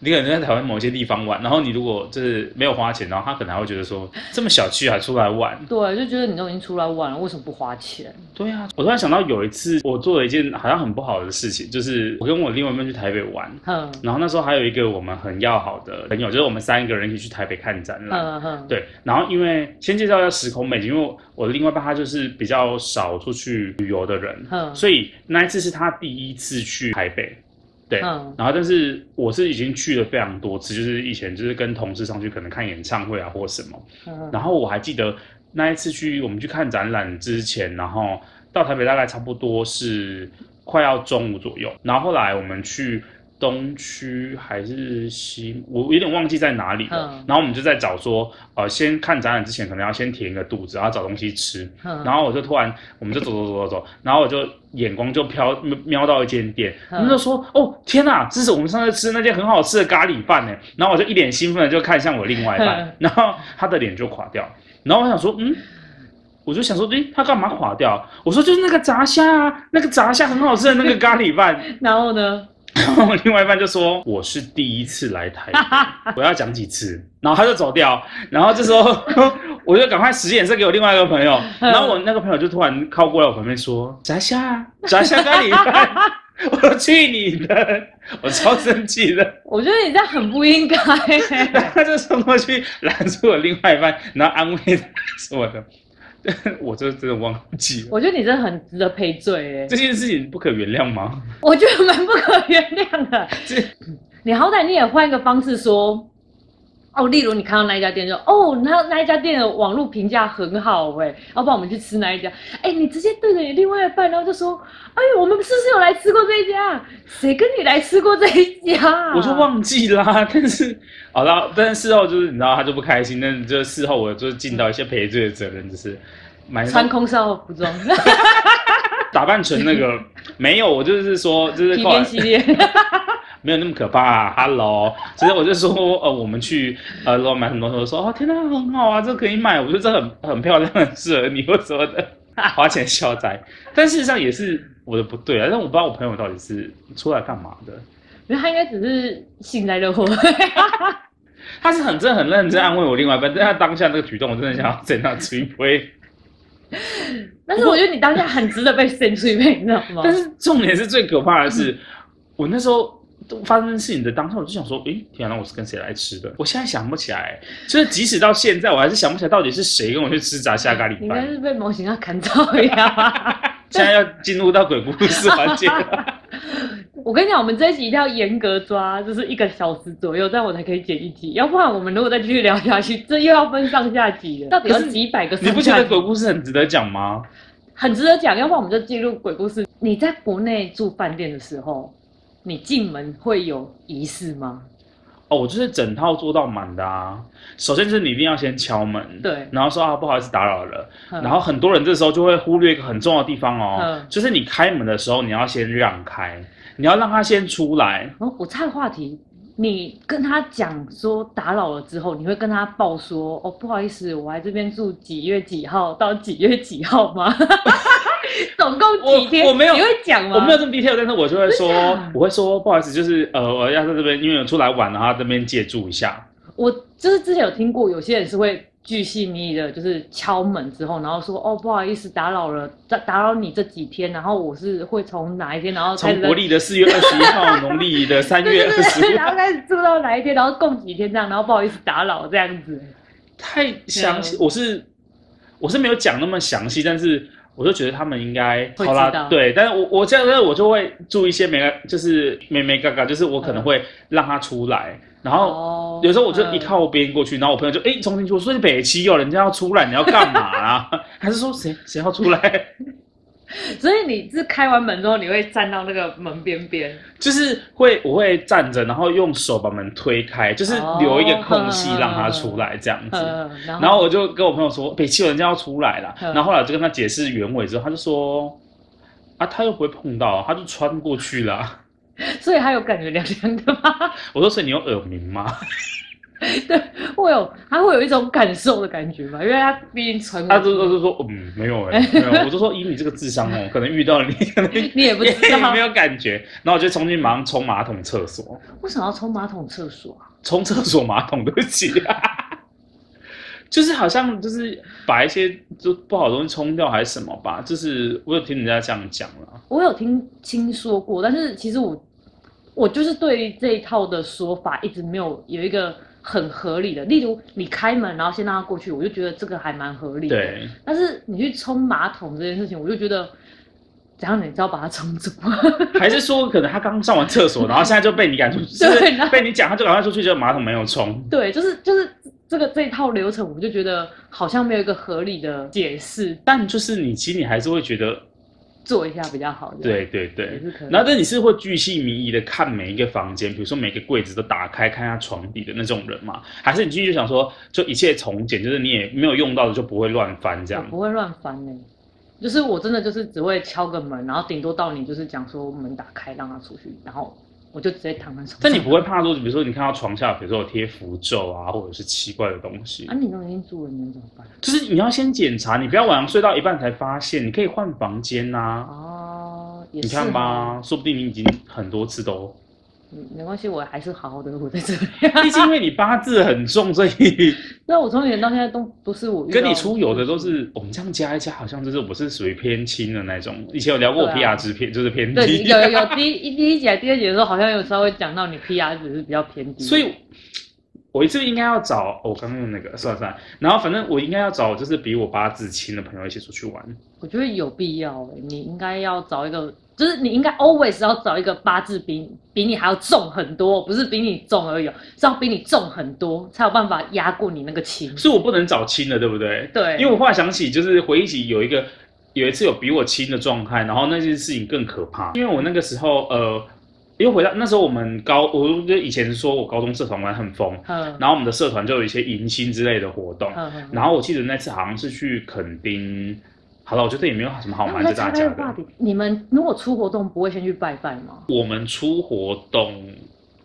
Speaker 1: 你可能在台湾某些地方玩，然后你如果就是没有花钱，然后他可能还会觉得说这么小气还出来玩，
Speaker 2: 对，啊就觉得你都已经出来玩了，为什么不花钱？
Speaker 1: 对啊，我突然想到有一次我做了一件好像很不好的事情，就是我跟我另外一半去台北玩，
Speaker 2: 哼
Speaker 1: 然后那时候还有一个我们很要好的朋友，就是我们三个人一起去台北看展览。
Speaker 2: 哼哼，
Speaker 1: 对，然后因为先介绍一下时空背景，因为我我另外一半他就是比较少出去旅游的人，
Speaker 2: 哼，
Speaker 1: 所以那一次是他第一次去台北，对，
Speaker 2: 嗯
Speaker 1: 然后但是我是已经去了非常多次，就是以前就是跟同事上去可能看演唱会啊或什么，
Speaker 2: 嗯
Speaker 1: 然后我还记得那一次去我们去看展览之前，然后到台北大概差不多是快要中午左右，然后后来我们去东区还是西，我有点忘记在哪里了。
Speaker 2: 嗯
Speaker 1: 然后我们就在找说，呃，先看展览之前可能要先填一个肚子，然后找东西吃。
Speaker 2: 哼，
Speaker 1: 然后我就突然，我们就走走走走走，然后我就眼光就飘瞄瞄到一间店，他们就说：“哦，天哪，这是我们上次吃那间很好吃的咖喱饭呢。”然后我就一脸兴奋的就看向我另外一半
Speaker 2: 嗯，
Speaker 1: 然后他的脸就垮掉，然后我想说，嗯。我就想说，诶、他干嘛垮掉？我说就是那个炸虾啊，那个炸虾很好吃的那个咖喱饭。
Speaker 2: 然后呢？
Speaker 1: 然后我 (laughs) 另外一半就说我是第一次来台北，我要讲几次，然后他就走掉，然后这时候 (laughs) 我就赶快使眼色给我另外一个朋友，
Speaker 2: 嗯
Speaker 1: 然后我那个朋友就突然靠过来我旁边说炸虾啊，炸虾咖喱饭，我说去你的，我超生气的，
Speaker 2: 我觉得你这样很不应该、 (laughs)
Speaker 1: 然后他就冲过去拦住我另外一半，然后安慰他什么的，我就真的忘记了
Speaker 2: 我觉得你真的很值得赔罪哎、
Speaker 1: 这件事情不可原谅吗？
Speaker 2: 我觉得蛮不可原谅的。
Speaker 1: 这
Speaker 2: 你好歹你也换一个方式说，哦，例如你看到那一家店就哦，那那一家店的网络评价很好哎、要不然我们去吃那一家？哎、你直接对着你另外一半，然后就说，哎，我们是不是有来吃过这一家？谁跟你来吃过这一家啊？
Speaker 1: 我就忘记啦， (laughs) 但是好啦，但是事后就是你知道他就不开心，但是就是事后我就尽到一些赔罪的责任，就是买
Speaker 2: 穿空少服
Speaker 1: (laughs)
Speaker 2: 装，
Speaker 1: 打扮成那
Speaker 2: (laughs)
Speaker 1: 个没有，我就是说就是
Speaker 2: 皮
Speaker 1: 后来
Speaker 2: 鞭系列， (laughs)
Speaker 1: 没有那么可怕、啊、，Hello，只是我就说呃我们去呃然后买什么东西，我说哦天哪很好啊，这可以买，我觉得这很很漂亮，很适合你或什么
Speaker 2: (laughs)
Speaker 1: 的，花钱消灾，但事实上也是我的不对啊，但我不知道我朋友到底是出来干嘛的，
Speaker 2: 因为他应该只是幸灾乐祸。
Speaker 1: 他是很真的很认真安慰我另外一半，但他当下那个举动，我真的想要整他吹一杯。
Speaker 2: 但是我觉得你当下很值得被扇出一杯，你知道吗？
Speaker 1: 但是重点是最可怕的是，我那时候发生事情的当下，我就想说，诶，天啊，那我是跟谁来吃的？我现在想不起来，就是即使到现在，我还是想不起来到底是谁跟我去吃炸虾咖
Speaker 2: 你
Speaker 1: 喱
Speaker 2: 应该
Speaker 1: 饭。 (laughs)
Speaker 2: 是被模型要砍到一样。
Speaker 1: 现在要进入到鬼故事环节了，
Speaker 2: 我跟你讲，我们这一集一定要严格抓，就是一个小时左右，这样我才可以剪一集。要不然我们如果再继续聊下去，这又要分上下 (laughs) 集了。到底有
Speaker 1: 可是
Speaker 2: 几百个上
Speaker 1: 你
Speaker 2: 下集？
Speaker 1: 不觉得鬼故事很值得讲吗？
Speaker 2: 很值得讲？要不然我们就进入鬼故事。你在国内住饭店的时候，你进门会有仪式吗？
Speaker 1: 哦，我就是整套做到满的啊。首先就是你一定要先敲门，
Speaker 2: 对
Speaker 1: 然后说啊不好意思打扰了，
Speaker 2: 嗯
Speaker 1: 然后很多人这时候就会忽略一个很重要的地方哦，
Speaker 2: 嗯
Speaker 1: 就是你开门的时候你要先让开，你要让他先出来。
Speaker 2: 哦，我岔话题，你跟他讲说打扰了之后，你会跟他报说哦，不好意思，我来这边住几月几号到几月几号吗？ (laughs) 总共几天？
Speaker 1: 我我没有
Speaker 2: 你会讲吗？
Speaker 1: 我没有这么 detail，但是我就会
Speaker 2: 真的
Speaker 1: 说
Speaker 2: 啊，
Speaker 1: 我会说不好意思，就是呃，我要在这边，因为有出来玩，然后这边借住一下。
Speaker 2: 我就是之前有听过，有些人是会巨细靡遗的，就是敲门之后，然后说哦不好意思打扰了，打打扰你这几天，然后我是会从哪一天，然后开
Speaker 1: 从
Speaker 2: 始
Speaker 1: 国历的四月二十一号，农历的三
Speaker 2: 对
Speaker 1: 月二
Speaker 2: 对
Speaker 1: 十
Speaker 2: 对，
Speaker 1: 五
Speaker 2: 然后开始住到哪一天，然后供几天这样，然后不好意思打扰这样子。
Speaker 1: 太详细，我是我是没有讲那么详细，但是我就觉得他们应该
Speaker 2: 会
Speaker 1: 好
Speaker 2: 知道
Speaker 1: 啦，对，但是我我这样子我就会注意一些没就是没没嘎嘎，就是我可能会让他出来，然后。
Speaker 2: 嗯哦
Speaker 1: 有时候我就一靠边过去，然后我朋友就哎冲进去，我说你北七哦，人家要出来，你要干嘛
Speaker 2: (laughs)
Speaker 1: 啊？还是说谁谁要出来？
Speaker 2: 嗯所以你是开完门之后，你会站到那个门边边，
Speaker 1: 就是会我会站着，然后用手把门推开，就是留一个空隙
Speaker 2: 哦
Speaker 1: 让他出来这样子。
Speaker 2: 嗯，然
Speaker 1: 然后我就跟我朋友说，北汽人家要出来了。
Speaker 2: 嗯
Speaker 1: 然后后来我就跟他解释原委之后，他就说，啊，他又不会碰到，他就穿过去了。
Speaker 2: 所以他有感觉凉凉的吗？
Speaker 1: 我说，所以你有耳鸣吗？
Speaker 2: 嗯对，会有，他会有一种感受的感觉吧，因为他毕竟穿过
Speaker 1: 他
Speaker 2: 去
Speaker 1: 就他就说，嗯，没有哎、没有。我就说，以你这个智商
Speaker 2: (laughs)
Speaker 1: 哦，可能遇到你可能
Speaker 2: 你也不知
Speaker 1: 也
Speaker 2: 道
Speaker 1: 没有感觉。然后我就冲进马上冲马桶厕所，
Speaker 2: 为什么要冲马桶厕所啊？
Speaker 1: 冲厕所马桶，对不起、 (laughs) 啊。就是好像就是把一些就不好的东西冲掉还是什么吧，就是我有听人家这样讲了。
Speaker 2: 我有听听说过，但是其实我我就是对于这一套的说法一直没有有一个很合理的。例如你开门然后先让他过去，我就觉得这个还蛮合理的。。
Speaker 1: 对，
Speaker 2: 但是你去冲马桶这件事情，我就觉得怎样你知道把它冲走，
Speaker 1: 还是说，可能他刚上完厕
Speaker 2: (laughs)
Speaker 1: 所，然后现在就被你赶出去，就是
Speaker 2: 然后
Speaker 1: 被你讲，他就赶快出去，就马桶没有冲。
Speaker 2: (laughs) 对，就是就是这个这一套流程，我就觉得好像没有一个合理的解释，
Speaker 1: 但就是你，其实你还是会觉得，
Speaker 2: 做一下比较好。这样
Speaker 1: 对对
Speaker 2: 也
Speaker 1: 对。
Speaker 2: 是可以。
Speaker 1: 然后，但你是会巨细靡遗的看每一个房间，比如说每个柜子都打开，看下床底的那种人嘛？还是你进去就想说，就一切从简，就是你也没有用到的就不会乱翻这
Speaker 2: 我
Speaker 1: 样？
Speaker 2: 不会乱翻呢、就是我真的就是只会敲个门，然后顶多到你就是讲说门打开让他出去，然后我就直接躺在床上。
Speaker 1: 但你不会怕说，比如说你看到床下，比如说有贴符咒啊，或者是奇怪的东西
Speaker 2: 啊？，你都已经住了，你能怎么办？
Speaker 1: 就是你要先检查，你不要晚上睡到一半才发现，你可以换房间啊呐、
Speaker 2: 哦，也
Speaker 1: 你
Speaker 2: 是
Speaker 1: 看
Speaker 2: 哦，
Speaker 1: 吧，说不定你已经很多次都，
Speaker 2: 嗯没关系，我还是好好的我在这里。啊
Speaker 1: 毕竟因为你八字很重，所以
Speaker 2: (laughs) 那我从以前到现在都不是我遇到
Speaker 1: 跟你出游的都是我们这样加一加，好像就是我是属于偏轻的那种。以前有聊过我
Speaker 2: 对啊
Speaker 1: PR 值偏，就是偏
Speaker 2: 对
Speaker 1: 低，
Speaker 2: 有有
Speaker 1: (laughs)
Speaker 2: 有第一第一节第二节的时候，好像有稍微讲到你 PR 值是比较偏低的，
Speaker 1: 所以。我是不是应该要找哦我刚刚用那个算了算了，然后反正我应该要找就是比我八字轻的朋友一起出去玩，
Speaker 2: 我觉得有必要、欸，你应该要找一个，就是你应该 always 要找一个八字比你比你还要重很多，不是比你重而已哦，是要比你重很多，才有办法压过你那个轻。
Speaker 1: 所以我不能找轻的，对不对？
Speaker 2: 对，
Speaker 1: 因为我后来想起，就是回忆起有一个有一次有比我轻的状态，然后那件事情更可怕，因为我那个时候呃，因为回到那时候我们高，我就以前说我高中社团玩很疯，
Speaker 2: 嗯，
Speaker 1: 然后我们的社团就有一些迎新之类的活动，
Speaker 2: 嗯嗯
Speaker 1: 然后我记得那次好像是去垦丁，好了，我觉得也没有什么好
Speaker 2: 那
Speaker 1: 瞒
Speaker 2: 我再
Speaker 1: 着大
Speaker 2: 插一
Speaker 1: 家
Speaker 2: 个话
Speaker 1: 的，
Speaker 2: 题，你们如果出活动不会先去拜拜吗？
Speaker 1: 我们出活动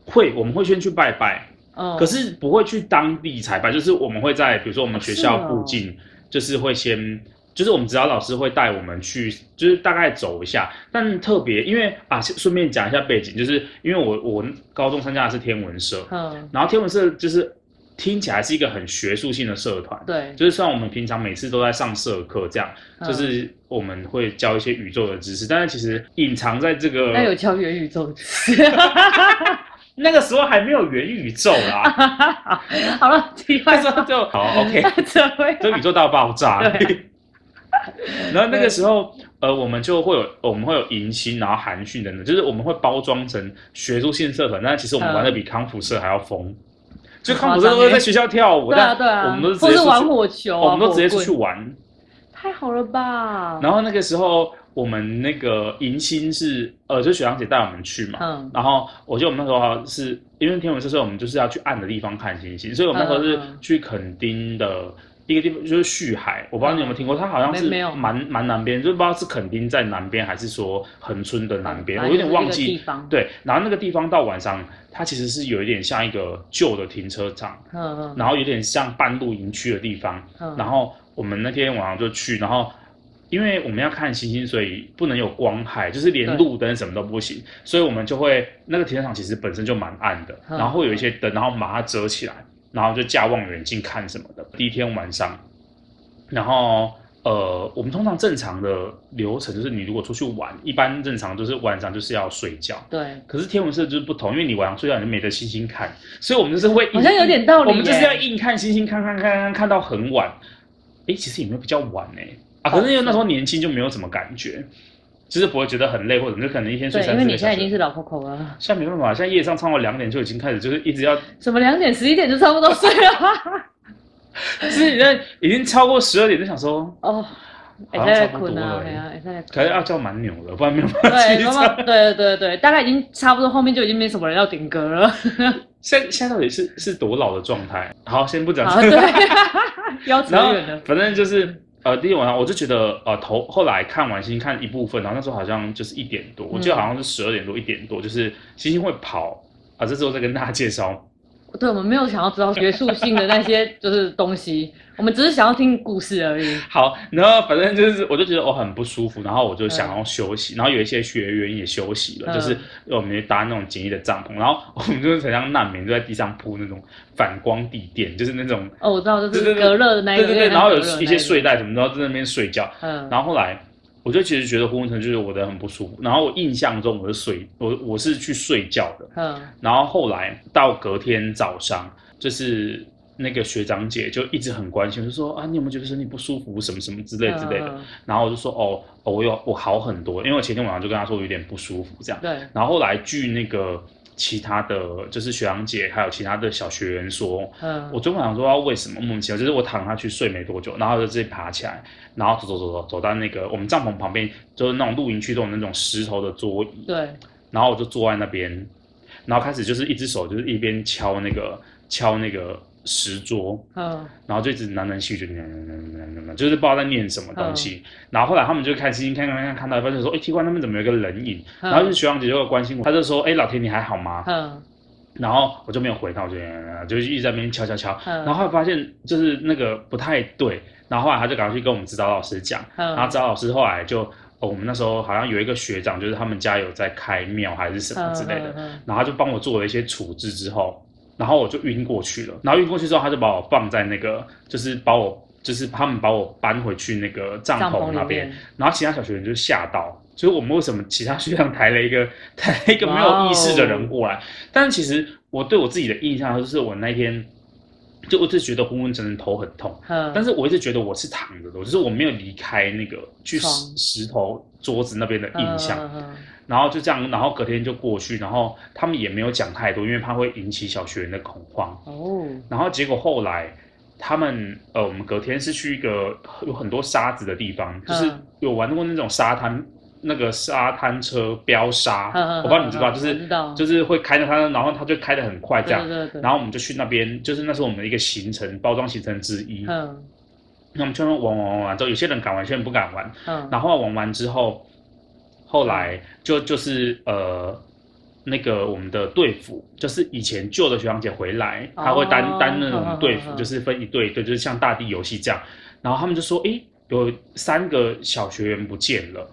Speaker 1: 会我们会先去拜拜，
Speaker 2: 嗯，
Speaker 1: 可是不会去当地采办，就是我们会在比如说我们学校
Speaker 2: 哦是哦
Speaker 1: 附近，就是会先，就是我们指导老师会带我们去，就是大概走一下。但特别因为啊，先顺便讲一下背景，就是因为我我高中参加的是天文社，
Speaker 2: 嗯，
Speaker 1: 然后天文社就是听起来是一个很学术性的社团，
Speaker 2: 对，
Speaker 1: 就是虽然我们平常每次都在上社课这样，
Speaker 2: 嗯
Speaker 1: 就是呃我们会教一些宇宙的知识，但是其实隐藏在这个
Speaker 2: 那有教元宇宙的
Speaker 1: 那个时候还没有元宇宙
Speaker 2: (laughs)
Speaker 1: 啦。
Speaker 2: 啊好了，题
Speaker 1: (laughs) 那
Speaker 2: 外
Speaker 1: 时
Speaker 2: 话
Speaker 1: 候，就好
Speaker 2: (laughs)
Speaker 1: OK，
Speaker 2: 这位
Speaker 1: 这宇宙大爆炸。
Speaker 2: 对
Speaker 1: (laughs) 然后那个时候，呃，我们就会有我们会有迎新，然后韩训等等，就是我们会包装成学术性社团，但其实我们玩
Speaker 2: 嗯
Speaker 1: 的比康复社还要疯。就康复社都会在学校跳舞，
Speaker 2: 对啊
Speaker 1: 但
Speaker 2: 对啊，
Speaker 1: 我们都直
Speaker 2: 或
Speaker 1: 接
Speaker 2: 是
Speaker 1: 出去
Speaker 2: 玩火球啊，
Speaker 1: 我们都直接
Speaker 2: 火
Speaker 1: 出
Speaker 2: 棍
Speaker 1: 去玩。
Speaker 2: 太好了吧？
Speaker 1: 然后那个时候，我们那个迎新是呃，就学长姐带我们去嘛，
Speaker 2: 嗯
Speaker 1: 然后我记得我们那时候好像是因为天文社，所以我们就是要去暗的地方看星星，所以我们那时候
Speaker 2: 嗯
Speaker 1: 是
Speaker 2: 嗯嗯
Speaker 1: 去垦丁的一个地方，就是旭海。我不知道你有没有听过，它好像是
Speaker 2: 没没有
Speaker 1: 蛮蛮南边，就不知道是垦丁在南边还是说恒春的南边，
Speaker 2: 反
Speaker 1: 我
Speaker 2: 正
Speaker 1: 有点忘
Speaker 2: 嗯就是一个
Speaker 1: 记
Speaker 2: 地。方，
Speaker 1: 对，然后那个地方到晚上，它其实是有一点像一个旧的停车场，
Speaker 2: 嗯，嗯
Speaker 1: 然后有点像半露营区的地方。
Speaker 2: 嗯，
Speaker 1: 然后我们那天晚上就去，然后因为我们要看星星，所以不能有光害，就是连
Speaker 2: 对
Speaker 1: 路灯什么都不行，所以我们就会那个停车场其实本身就蛮暗的，
Speaker 2: 嗯
Speaker 1: 然后会有一些灯，然后把它遮起来，然后就架望远镜看什么的。第一天晚上，然后呃，我们通常正常的流程就是你如果出去玩，一般正常就是晚上就是要睡觉。
Speaker 2: 对，
Speaker 1: 可是天文社就是不同，因为你晚上睡觉你就没得星星看，所以我们就是会
Speaker 2: 好像有点道理耶
Speaker 1: 我们就是要硬看星星，看看看看看到很晚。诶，其实也没有比较晚呢、啊，
Speaker 2: 哦
Speaker 1: 可是因为那时候年轻就没有什么感觉，就是不会觉得很累或者你就可能一天睡
Speaker 2: 对，
Speaker 1: 三
Speaker 2: 因为
Speaker 1: 四
Speaker 2: 你
Speaker 1: 个
Speaker 2: 现在
Speaker 1: 小
Speaker 2: 已经是
Speaker 1: 时。
Speaker 2: 老 Coco 了，
Speaker 1: 现在没办法，现在夜上超过两点就已经开始，就是一直要， (laughs)
Speaker 2: 什么两点十一点就差不多睡了。
Speaker 1: 就是你在已经超过十二点就想说，
Speaker 2: 哦，
Speaker 1: 好像
Speaker 2: 会使
Speaker 1: 差
Speaker 2: 来
Speaker 1: 不多
Speaker 2: 困啊，
Speaker 1: 了
Speaker 2: 哎
Speaker 1: 耶
Speaker 2: 呀，会使来
Speaker 1: 可是
Speaker 2: 困。
Speaker 1: 要叫蛮牛了，不然没有办法
Speaker 2: 对，
Speaker 1: 起
Speaker 2: 慢慢
Speaker 1: 床。
Speaker 2: 对对对，大概已经差不多，后面就已经没什么人要顶格了。
Speaker 1: 现在现在到底是是多老的状态？好，先不讲 (laughs)
Speaker 2: (laughs) 好，
Speaker 1: 这个。
Speaker 2: 对，腰扯
Speaker 1: 然后
Speaker 2: 远
Speaker 1: (laughs)
Speaker 2: 了。
Speaker 1: 反正就是呃，第一晚上我就觉得呃，头后来看完星星看一部分，然后那时候好像就是一点多，
Speaker 2: 嗯
Speaker 1: 我记得好像是十二点多一点多，就是星星会跑啊，这时候再跟大家介绍。 (laughs)
Speaker 2: 对，我们没有想要知道学术性的那些就是东西，我们只是想要听故事而已。
Speaker 1: 好，然后反正就是我就觉得我很不舒服，然后我就想要休息，然后有一些学员也休息了，
Speaker 2: 嗯
Speaker 1: 就是我们就搭那种简易的帐篷，然后我们就是很像难民，就在地上铺那种反光地垫，就是那种。
Speaker 2: 哦，我知道，就
Speaker 1: 对对
Speaker 2: 是
Speaker 1: 对
Speaker 2: 隔热的那一
Speaker 1: 对
Speaker 2: 个，
Speaker 1: 对对，然后有
Speaker 2: 有点像隔热的
Speaker 1: 一
Speaker 2: 那
Speaker 1: 些
Speaker 2: 个
Speaker 1: 睡，袋什么的，然后在那边睡觉，
Speaker 2: 嗯，
Speaker 1: 然后后来我就其实觉得昏昏沉就是我的很不舒服。然后我印象中我是睡我我是去睡觉的。
Speaker 2: 嗯，
Speaker 1: 然后后来到隔天早上，就是那个学长姐就一直很关心，就说啊你有没有觉得身体不舒服什么什么之类之类的。
Speaker 2: 嗯，嗯
Speaker 1: 然后我就说哦哦我有我好很多，因为我前天晚上就跟她说我有点不舒服这样
Speaker 2: 嗯。对，
Speaker 1: 然后后来据那个其他的就是学长姐还有其他的小学员说，
Speaker 2: 嗯，
Speaker 1: 我昨晚想说为什么莫名其妙，就是我躺下去睡没多久，然后就自己爬起来，然后走走走走走到那个我们帐篷旁边，就是那种露营区都有那种石头的桌椅，
Speaker 2: 对，
Speaker 1: 然后我就坐在那边，然后开始就是一只手就是一边敲那个敲那个石桌，
Speaker 2: 嗯，
Speaker 1: 然后就一直喃喃细语，就喃喃喃喃喃喃，就是不知道在念什么东西。然后后来他们就看星星看看看看到一半就说，哎，奇怪那边怎么有一个人影？
Speaker 2: 嗯
Speaker 1: 然后就学长姐就会关心我，他就说，哎，老田你还好吗？
Speaker 2: 嗯，
Speaker 1: 然后我就没有回他，我就就一直在那边敲敲敲。
Speaker 2: 嗯
Speaker 1: 然后后来发现就是那个不太对，然后后来他就赶快去跟我们指导老师讲，
Speaker 2: 嗯，
Speaker 1: 然后指导老师后来就、哦我们那时候好像有一个学长，就是他们家有在开庙还是什么之类的，
Speaker 2: 嗯，
Speaker 1: 然后他就帮我做了一些处置之后，然后我就晕过去了，然后晕过去之后他就把我放在那个就是把我就是他们把我搬回去那个帐
Speaker 2: 帐
Speaker 1: 篷
Speaker 2: 篷
Speaker 1: 那
Speaker 2: 里
Speaker 1: 边，
Speaker 2: 面，
Speaker 1: 然后其他小学员就吓到，就是我们为什么其他学长抬了一个抬了一个没有意识的
Speaker 2: 哦
Speaker 1: 人过来？但是其实我对我自己的印象就是，我那天就我就觉得昏昏沉沉，头很痛，
Speaker 2: 嗯，
Speaker 1: 但
Speaker 2: 是
Speaker 1: 是我一直觉得我是躺着的，我就是我没有离开那个去
Speaker 2: 床
Speaker 1: 石石头桌子那边的印象。
Speaker 2: 嗯
Speaker 1: 然后就这样，然后隔天就过去，然后他们也没有讲太多，因为怕会引起小学员的恐慌。
Speaker 2: 哦，
Speaker 1: 然后结果后来他们呃，我们隔天是去一个有很多沙子的地
Speaker 2: 嗯
Speaker 1: 方，就是有玩过那种沙滩，那个沙滩车飙沙，
Speaker 2: 嗯嗯
Speaker 1: 我不知道你知不知道，
Speaker 2: 嗯嗯
Speaker 1: 就
Speaker 2: 我知
Speaker 1: 是
Speaker 2: 道
Speaker 1: 就是会开着它，然后它就开得很快这
Speaker 2: 对
Speaker 1: 样。
Speaker 2: 对对，
Speaker 1: 然后
Speaker 2: 后，
Speaker 1: 我们就去那边，就是那是我们的一个行程包装行程之一。
Speaker 2: 嗯
Speaker 1: 那我们去那边玩玩玩玩之后，有些人敢玩，有些人不敢玩。
Speaker 2: 嗯，
Speaker 1: 然后玩完之后，后来就就是呃，那个我们的队服，就是以前旧的学长姐回来，
Speaker 2: 哦
Speaker 1: 她会担担那
Speaker 2: 嗯嗯
Speaker 1: 种
Speaker 2: 嗯
Speaker 1: 队服，
Speaker 2: 嗯
Speaker 1: 就是分一队一队，就是像大地游戏这样。然后他们就说，诶，有三个小学员不见了。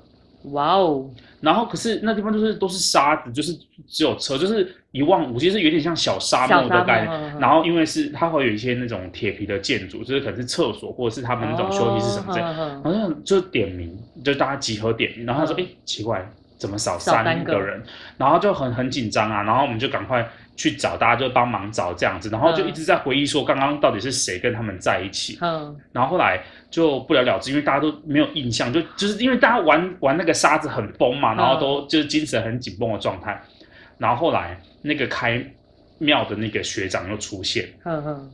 Speaker 2: 哇哦，
Speaker 1: 然后可是那地方就是都是沙子，就是只有车，就是一望无际，就是有点像小沙漠的概念。
Speaker 2: 念
Speaker 1: 然
Speaker 2: 后
Speaker 1: 后因为是它会有一些那种铁皮的建筑，就是可能是厕所或者是他们
Speaker 2: 哦
Speaker 1: 那种休息室什么之类的。
Speaker 2: 的，
Speaker 1: 好像就点名，就大家集合点名，然后他说：“哎、
Speaker 2: 嗯
Speaker 1: 奇怪，怎么少
Speaker 2: 少
Speaker 1: 三
Speaker 2: 三
Speaker 1: 个
Speaker 2: 个
Speaker 1: 人？”然后就很很紧张啊，然后我们就赶快去找，大家就帮忙找这样子，然后就
Speaker 2: 嗯
Speaker 1: 一直在回忆说刚刚到底是谁跟他们在一起，
Speaker 2: 嗯
Speaker 1: 然后后来就不了了之，因为大家都没有印象，就就是因为大家玩玩那个沙子很疯嘛，
Speaker 2: 嗯
Speaker 1: 然后都就是精神很紧绷的状态，然后后来那个开庙的那个学长又出现，
Speaker 2: 嗯嗯，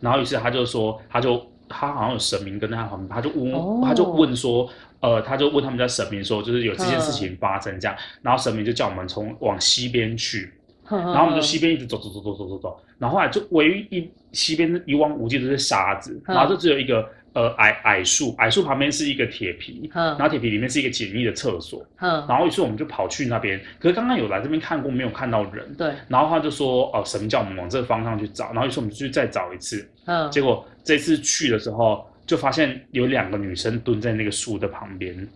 Speaker 1: 然后于是他就说，他就他好像有神明跟在他旁边，他就问、
Speaker 2: 哦
Speaker 1: 他就问说，呃，他就问他们家神明说，就是有这件事情发生这样，然后神明就叫我们从往西边去，
Speaker 2: 然
Speaker 1: 然后我们就西边一直走走走走走走走，然后后来就唯一一西边一望无际都是沙子，
Speaker 2: 嗯
Speaker 1: 然后就只有一个呃矮矮树，矮树旁边是一个铁皮。
Speaker 2: 嗯，
Speaker 1: 然后铁皮里面是一个简易的厕所，
Speaker 2: 嗯，
Speaker 1: 然后于是我们就跑去那边。可是刚刚有来这边看过，没有看到人。
Speaker 2: 对，
Speaker 1: 然后他就说：“哦、神明叫我们往这个方向去找。”然后于是我们就去再找一次，
Speaker 2: 嗯，
Speaker 1: 结
Speaker 2: 果
Speaker 1: 果这次去的时候，就发现有两个女生蹲在那个树的旁边，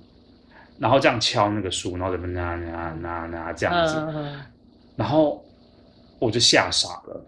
Speaker 1: 然后这样敲那个树，然后怎么拿拿拿拿这样子，
Speaker 2: 嗯嗯
Speaker 1: 然后我就吓傻了，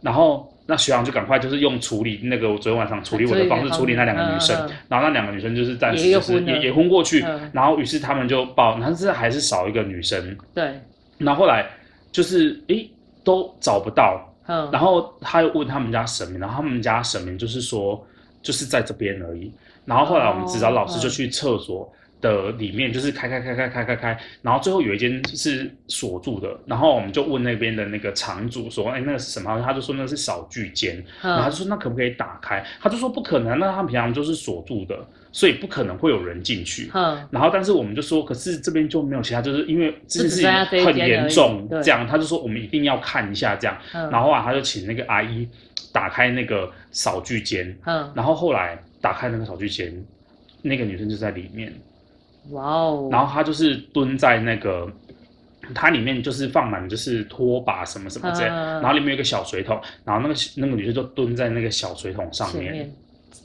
Speaker 1: 然后那学长就赶快就是用处理那个我昨天晚上处理我的方式处理那两个女生，
Speaker 2: 嗯嗯嗯
Speaker 1: 然后那两个女生就是暂时
Speaker 2: 也
Speaker 1: 就是
Speaker 2: 昏了
Speaker 1: 也也昏过去，
Speaker 2: 嗯
Speaker 1: 然后于是他们就报，但是还是少一个女生，
Speaker 2: 对，
Speaker 1: 然后后来就是诶都找不到，
Speaker 2: 嗯，
Speaker 1: 然后他又问他们家神明，然后他们家神明就是说，就是在这边而已。然后后来我们指导老师就去厕所的里面，就是开开开开开开开，然后最后有一间是锁住的，然后我们就问那边的那个场主说，哎，那个是什么？他就说那是小巨间，然后他
Speaker 2: 嗯
Speaker 1: 就说那可不可以打开？他就说不可能，那他们平常就是锁住的，所以不可能会有人进去。
Speaker 2: 嗯，
Speaker 1: 然后，但是我们就说，可是这边就没有其他，就是因为这件事
Speaker 2: 只剩下这一
Speaker 1: 情很
Speaker 2: 间而
Speaker 1: 严
Speaker 2: 已
Speaker 1: 重，
Speaker 2: 对
Speaker 1: 这样他就说我们一定要看一下这样。
Speaker 2: 然
Speaker 1: 然后啊，他就请那个阿姨打开那个扫具间，
Speaker 2: 嗯，
Speaker 1: 然后后来打开那个扫具间，那个女生就在里面，
Speaker 2: 哇哦，
Speaker 1: 然后她就是蹲在那个，它里面就是放满就是拖把什么什么之类，
Speaker 2: 嗯
Speaker 1: 然后里面有一个小水桶，然后那个那个女生就蹲在那个小水桶上
Speaker 2: 前
Speaker 1: 面，
Speaker 2: 面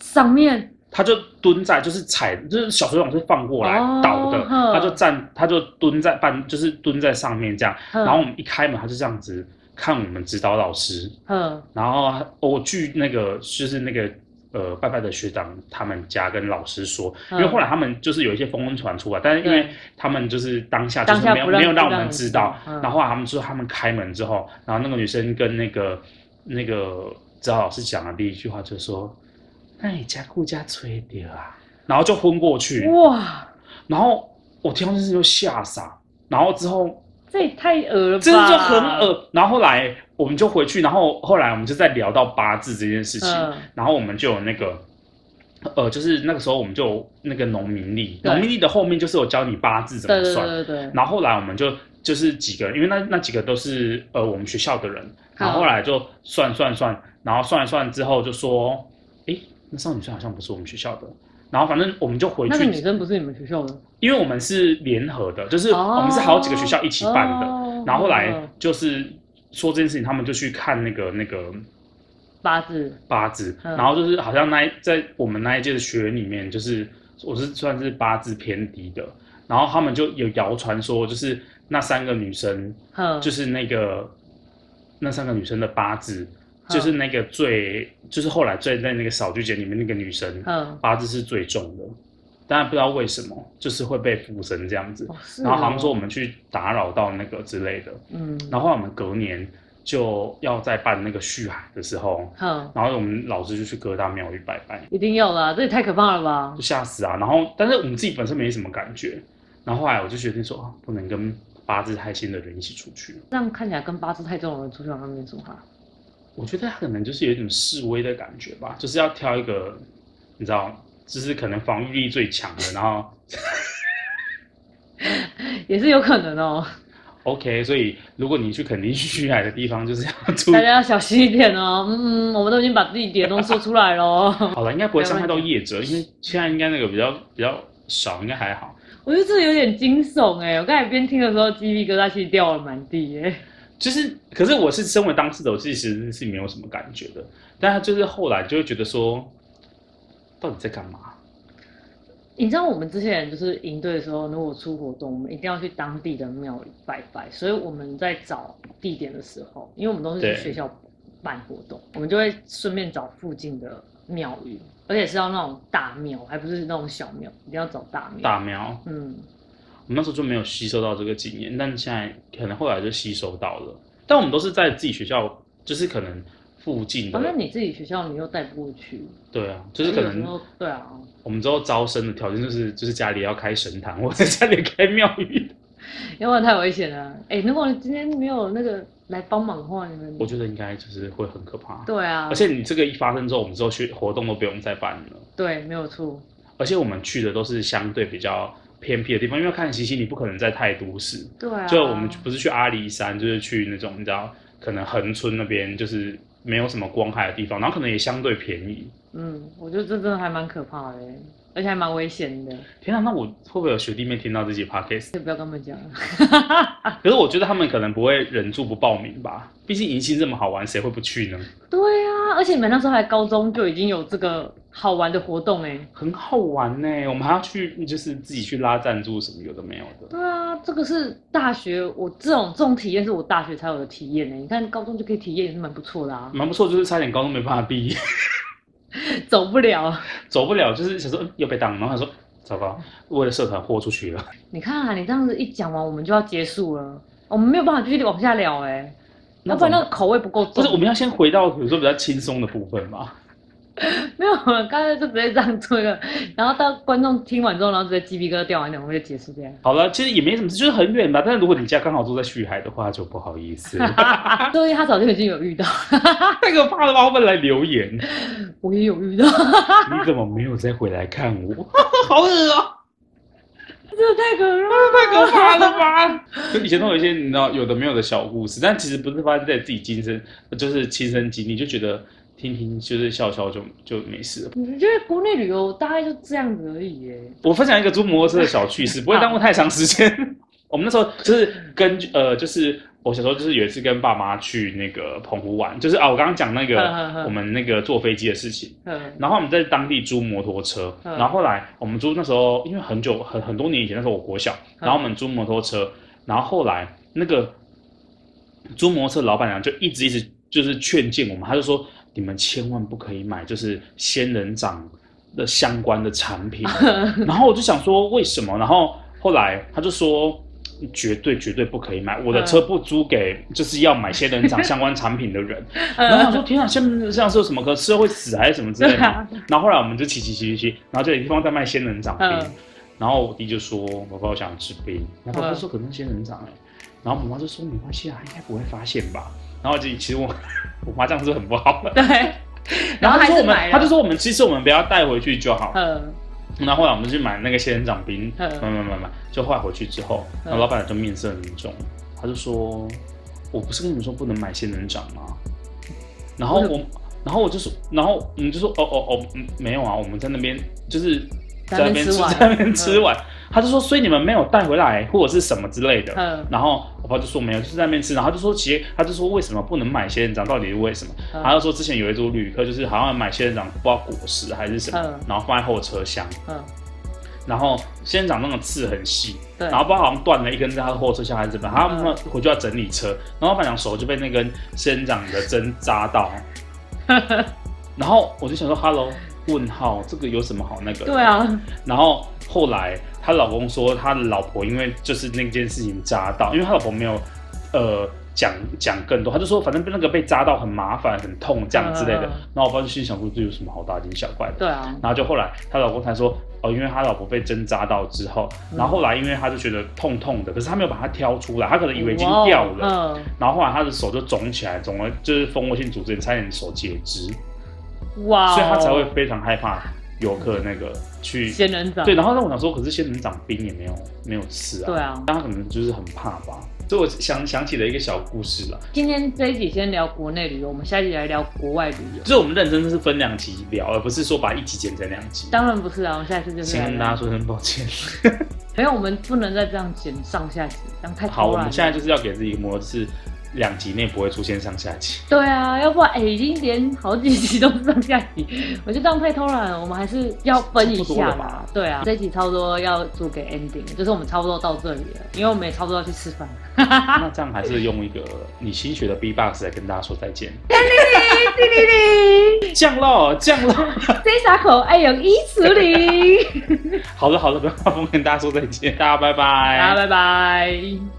Speaker 2: 上面
Speaker 1: 她就蹲在就是踩就是小水桶是放过来
Speaker 2: 哦
Speaker 1: 倒的，
Speaker 2: 哼
Speaker 1: 她就站她就蹲在半就是蹲在上面这样，
Speaker 2: 嗯
Speaker 1: 然后我们一开门她就这样子看我们指导老师。
Speaker 2: 嗯
Speaker 1: 然后我据那个就是那个呃拜拜的学长他们家跟老师说，因为
Speaker 2: 嗯
Speaker 1: 后来他们就是有一些风闻传出啊，但是因为
Speaker 2: 对
Speaker 1: 他们就是当下就
Speaker 2: 当
Speaker 1: 是
Speaker 2: 下
Speaker 1: 没有
Speaker 2: 不让
Speaker 1: 没有让我
Speaker 2: 不让
Speaker 1: 们
Speaker 2: 你
Speaker 1: 知
Speaker 2: 知
Speaker 1: 道
Speaker 2: 道，嗯
Speaker 1: 然后后来他们说他们开门之后，然后那个女生跟那个那个指导老师讲的第一句话就说：“那你家顾家吹掉啊？”然后就昏过去，
Speaker 2: 哇，
Speaker 1: 然后我听到这事就吓傻，然后之后
Speaker 2: 这也太恶了吧，
Speaker 1: 真的就很恶。然后后来我们就回去，然后后来我们就在聊到八字这件事情，
Speaker 2: 嗯
Speaker 1: 然后我们就有那个，呃，就是那个时候我们就有那个农民历，
Speaker 2: 对
Speaker 1: 农民历的后面就是有教你八字怎
Speaker 2: 对
Speaker 1: 么
Speaker 2: 对
Speaker 1: 算。
Speaker 2: 对对对，
Speaker 1: 然后后来我们就就是几个人，因为那那几个都是呃我们学校的人，然后后来就算算算，然后算一算之后就说，诶，那少女生好像不是我们学校的。然后反正我们就回
Speaker 2: 那个女
Speaker 1: 去，
Speaker 2: 生不是你们学校的，
Speaker 1: 因为我们是联合的，就是我们是好几个学校一起办的。
Speaker 2: 哦
Speaker 1: 然后后来
Speaker 2: 嗯
Speaker 1: 就是说这件事情，他们就去看那个那个
Speaker 2: 八字，
Speaker 1: 八字，
Speaker 2: 嗯
Speaker 1: 然后就是好像那一在我们那一届的学员里面，就是我是算是八字偏低的，然后他们就有谣传说，就是那三个女生，
Speaker 2: 嗯，
Speaker 1: 就是那个那三个女生的八字，
Speaker 2: 嗯
Speaker 1: 就是那个最就是后来最在那个扫剧节里面那个女生
Speaker 2: 嗯，
Speaker 1: 八字是最重的，但不知道为什么就是会被附身这样子，
Speaker 2: 哦
Speaker 1: 然后好像说我，们去打扰到那个之类的，
Speaker 2: 是哦嗯，
Speaker 1: 然后后来我们隔年就要在办那个续海的时候，
Speaker 2: 哼，
Speaker 1: 然后我们老师就去各大庙宇拜拜，
Speaker 2: 嗯一定要啦，这也太可怕了吧
Speaker 1: 就，吓死啊！然后但是我们自己本身没什么感觉，然后后来我就决定说，啊不能跟八字太新的人一起出去。
Speaker 2: 这样看起来跟八字太重的人出去玩会没什么好。
Speaker 1: 我觉得他可能就是有一种示威的感觉吧，就是要挑一个，你知道，就是可能防御力最强的，然后
Speaker 2: 也是有可能哦，
Speaker 1: OK，所以如果你去垦丁续海的地方，就是要注意
Speaker 2: 大。家要小心一点哦。嗯，我们都已经把自己点都说出来了哦。
Speaker 1: 好了，应该不会伤害到业者，因为现在应该那个比较比较少，应该还好。
Speaker 2: 我觉得这有点惊悚哎、我刚才边听的时候鸡皮疙瘩其实掉了满地哎、
Speaker 1: 就是，可是我是身为当事者，我其实是没有什么感觉的。但他就是后来就会觉得说，到底在干嘛？
Speaker 2: 你知道我们之前就是营队的时候，如果出活动，我们一定要去当地的庙里拜拜，所以我们在找地点的时候，因为我们都是
Speaker 1: 对
Speaker 2: 去学校办活动，我们就会顺便找附近的庙宇，而且是要那种大庙，还不是那种小庙，一定要找大庙。
Speaker 1: 大喵，
Speaker 2: 嗯，
Speaker 1: 我们那时候就没有吸收到这个经验，但现在可能后来就吸收到了。但我们都是在自己学校，就是可能附近的，
Speaker 2: 反哦正你自己学校你又带不过去，
Speaker 1: 对啊，就是可
Speaker 2: 有时候
Speaker 1: 能
Speaker 2: 对啊，
Speaker 1: 我们之后招生的条件就是，就是家里要开神 (laughs) 堂，或者家里开庙宇。
Speaker 2: 要不然太危险了。哎、如果今天没有那个来帮忙的话，你们
Speaker 1: 我觉得应该就是会很可怕。
Speaker 2: 对啊，
Speaker 1: 而且你这个一发生之后，我们之后学活动都不用再办了。
Speaker 2: 对，没有错，
Speaker 1: 而且我们去的都是相对比较偏僻的地方，因为看西西你不可能在太都市，
Speaker 2: 对啊，
Speaker 1: 就我们不是去阿里山，就是去那种你知道可能恒村那边就是没有什么光害的地方，然后可能也相对便宜。
Speaker 2: 嗯，我觉得这真的还蛮可怕的欸，而且还蛮危险的，
Speaker 1: 天啊，那我会不会有学弟妹听到这集
Speaker 2: (laughs)
Speaker 1: podcast？
Speaker 2: 就不要跟他们讲。
Speaker 1: 可是我觉得他们可能不会忍住不报名吧，毕竟迎新这么好玩，谁会不去呢？
Speaker 2: 对啊，而且你们那时候还高中就已经有这个好玩的活动哎、
Speaker 1: 很好玩呢、我们还要去就是自己去拉赞助什么有的没有的。
Speaker 2: 对啊，这个是大学，我这种这种体验是我大学才有的体验呢、欸你看高中就可以体验，也是蛮不错的啊。
Speaker 1: 蛮不错，就是差点高中没办法毕业，
Speaker 2: 走不了，
Speaker 1: (laughs) 走不了，就是想说嗯要被挡，然后他说糟糕，为了社团豁出去了。
Speaker 2: 你看啊，你这样子一讲完，我们就要结束了，我们没有办法继续往下聊哎、要不然那个口味不够
Speaker 1: 不
Speaker 2: 重
Speaker 1: 是，我们要先回到比如说比较轻松的部分嘛。
Speaker 2: 没有，我们刚才就直接这样做一个，然后到观众听完之后，然后直接鸡皮疙瘩掉完，然后我们就结束这样。
Speaker 1: 好了，其实也没什么事，就是很远吧。但是如果你家刚好住在旭海的话，就不好意思，
Speaker 2: 所以他早就已经有遇到，
Speaker 1: 太可怕了吧？我本来留言，
Speaker 2: 我也有遇到，
Speaker 1: 你怎么没有再回来看我？好恶啊！
Speaker 2: 真的太可怕
Speaker 1: 太可怕了吧！就以前都有一些你知道有的没有的小故事，但其实不是发生在自己亲身，就是亲身经历，就觉得听听就是笑笑就就没事了。
Speaker 2: 我觉得国内旅游大概就这样子而已耶。
Speaker 1: 我分享一个租摩托车的小趣事，不会耽误太长时间。 (laughs) 我们那时候就是跟呃，就是我小时候就是有一次跟爸妈去那个澎湖玩，就是啊，我刚刚讲那
Speaker 2: (laughs) 嗯嗯
Speaker 1: 个
Speaker 2: 嗯
Speaker 1: 我们那个坐飞机的事情。
Speaker 2: 嗯
Speaker 1: 然后我们在当地租摩托车，
Speaker 2: 嗯
Speaker 1: 然后后来我们租那时候，因为很久很很多年以前，那时候我国小，
Speaker 2: 嗯
Speaker 1: 然后我们租摩托车，然后后来那个租摩托车老板娘就一直一直就是劝谏我们，她就说你们千万不可以买就是仙人掌的相关的产品，
Speaker 2: (laughs)
Speaker 1: 然后我就想说为什么，然后后来她就说。绝对绝对不可以买！我的
Speaker 2: 嗯
Speaker 1: 车不租给就是要买仙人掌相关产品的人。 (laughs) 然后我想
Speaker 2: (laughs)
Speaker 1: 说，
Speaker 2: 嗯，
Speaker 1: 天啊，下面这样是有什么可吃会死还是什么之类的
Speaker 2: 对啊
Speaker 1: 吗？然后后来我们就骑骑骑骑骑，然后就有地方在卖仙人掌冰，
Speaker 2: 嗯
Speaker 1: 然后我弟就说：“爸爸，我想吃冰。”然后爸爸说：“可能仙人掌哎、然后我妈就说：“没关系啊，应该不会发现吧？”然后就其实我 (laughs) 我妈这样是很不好的。
Speaker 2: 对，然后
Speaker 1: 她
Speaker 2: 还
Speaker 1: 就说
Speaker 2: 是
Speaker 1: 我
Speaker 2: 买
Speaker 1: 们，
Speaker 2: 了，
Speaker 1: 她就说我们其实我们不要带回去就好。
Speaker 2: 嗯，
Speaker 1: 然后后来我们就买那个仙人掌冰，买
Speaker 2: 嗯
Speaker 1: 买买买，就后来回去之后，然后
Speaker 2: 嗯
Speaker 1: 老板就面色凝重，他就说：“我不是跟你们说不能买仙人掌吗？”然后
Speaker 2: 为什
Speaker 1: 我，然后我就说，然后我们就说：“哦哦哦，嗯没有啊，我们在那边就是
Speaker 2: 在
Speaker 1: 在
Speaker 2: 那
Speaker 1: 那
Speaker 2: 边
Speaker 1: 边吃，
Speaker 2: 吃完嗯
Speaker 1: 在那边吃完。”他就说：“所以你们没有带回来，或者是什么之类的。”
Speaker 2: 嗯
Speaker 1: 然后我爸就说没有，就是在那边吃。然后他就说，其实他就说为什么不能买仙人掌，到底是为什么？
Speaker 2: 嗯
Speaker 1: 他就说之前有一组旅客，就是好像买仙人掌不知道果实还是什么，
Speaker 2: 嗯
Speaker 1: 然后放在后车厢，
Speaker 2: 嗯，
Speaker 1: 然后仙人掌那种刺很细，
Speaker 2: 对，
Speaker 1: 然后不知道好像断了一根在他的后车厢还是怎么样，他
Speaker 2: 嗯
Speaker 1: 们回去要整理车，然后老板娘手就被那根仙人掌的针扎
Speaker 2: (laughs)
Speaker 1: 到，然后我就想说，Hello，问号，这个有什么好那个？
Speaker 2: 对。啊，
Speaker 1: 然后后来她老公说，他的老婆因为就是那件事情扎到，因为他老婆没有呃讲讲更多，他就说反正被那个被扎到很麻烦、很痛这样之类的。
Speaker 2: 嗯嗯嗯
Speaker 1: 然后我爸就心想说，这有什么好大惊小怪的？
Speaker 2: 对啊，
Speaker 1: 然后就后来她老公才说，哦，因为她老婆被针扎到之后，
Speaker 2: 嗯
Speaker 1: 然后后来因为他就觉得痛痛的，可是他没有把它挑出来，他可能以为已经
Speaker 2: 哇哦
Speaker 1: 掉了，
Speaker 2: 嗯。
Speaker 1: 然后后来他的手就肿起来，肿了就是蜂窝性组织炎，差点手截肢，
Speaker 2: 哇、哦，
Speaker 1: 所以他才会非常害怕游客那个去
Speaker 2: 仙人掌。
Speaker 1: 对，然后让我想说，可是仙人掌冰也没有没有吃啊，
Speaker 2: 对啊
Speaker 1: 但他可能就是很怕吧。所以我想想起了一个小故事啦，
Speaker 2: 今天这一集先聊国内旅游，我们下一集来聊国外旅游
Speaker 1: 就。是我们认真是分两集聊，而不是说把一集剪成两集。
Speaker 2: 当然不是啊，我们下一次就是
Speaker 1: 先
Speaker 2: 来
Speaker 1: 跟
Speaker 2: 聊
Speaker 1: 大家说声抱歉。
Speaker 2: 没有，我们不能再这样剪上下集，这样太
Speaker 1: 好，
Speaker 2: 偷
Speaker 1: 我
Speaker 2: 懒了
Speaker 1: 们现在就是要给自己一个模式，两集内不会出现上下集。
Speaker 2: 对啊，要不然哎、已经连好几集都是上下 (laughs) 集，我觉得这样太偷懒了。我们还是要分一下
Speaker 1: 差不多了吧
Speaker 2: 啦。对啊，这一集差不多要做给 ending，就是我们差不多到这里了，因为我们也差不多要去吃饭。
Speaker 1: 那这样还是用一个你新学的 B box 来跟大家说再见。
Speaker 2: 啊叮铃 (laughs) 铃，
Speaker 1: 降落，降落。
Speaker 2: 这啥口爱有一四零， (laughs)
Speaker 1: 好了好了，不要发疯，跟大家说再见，大家拜拜。
Speaker 2: 大家拜拜。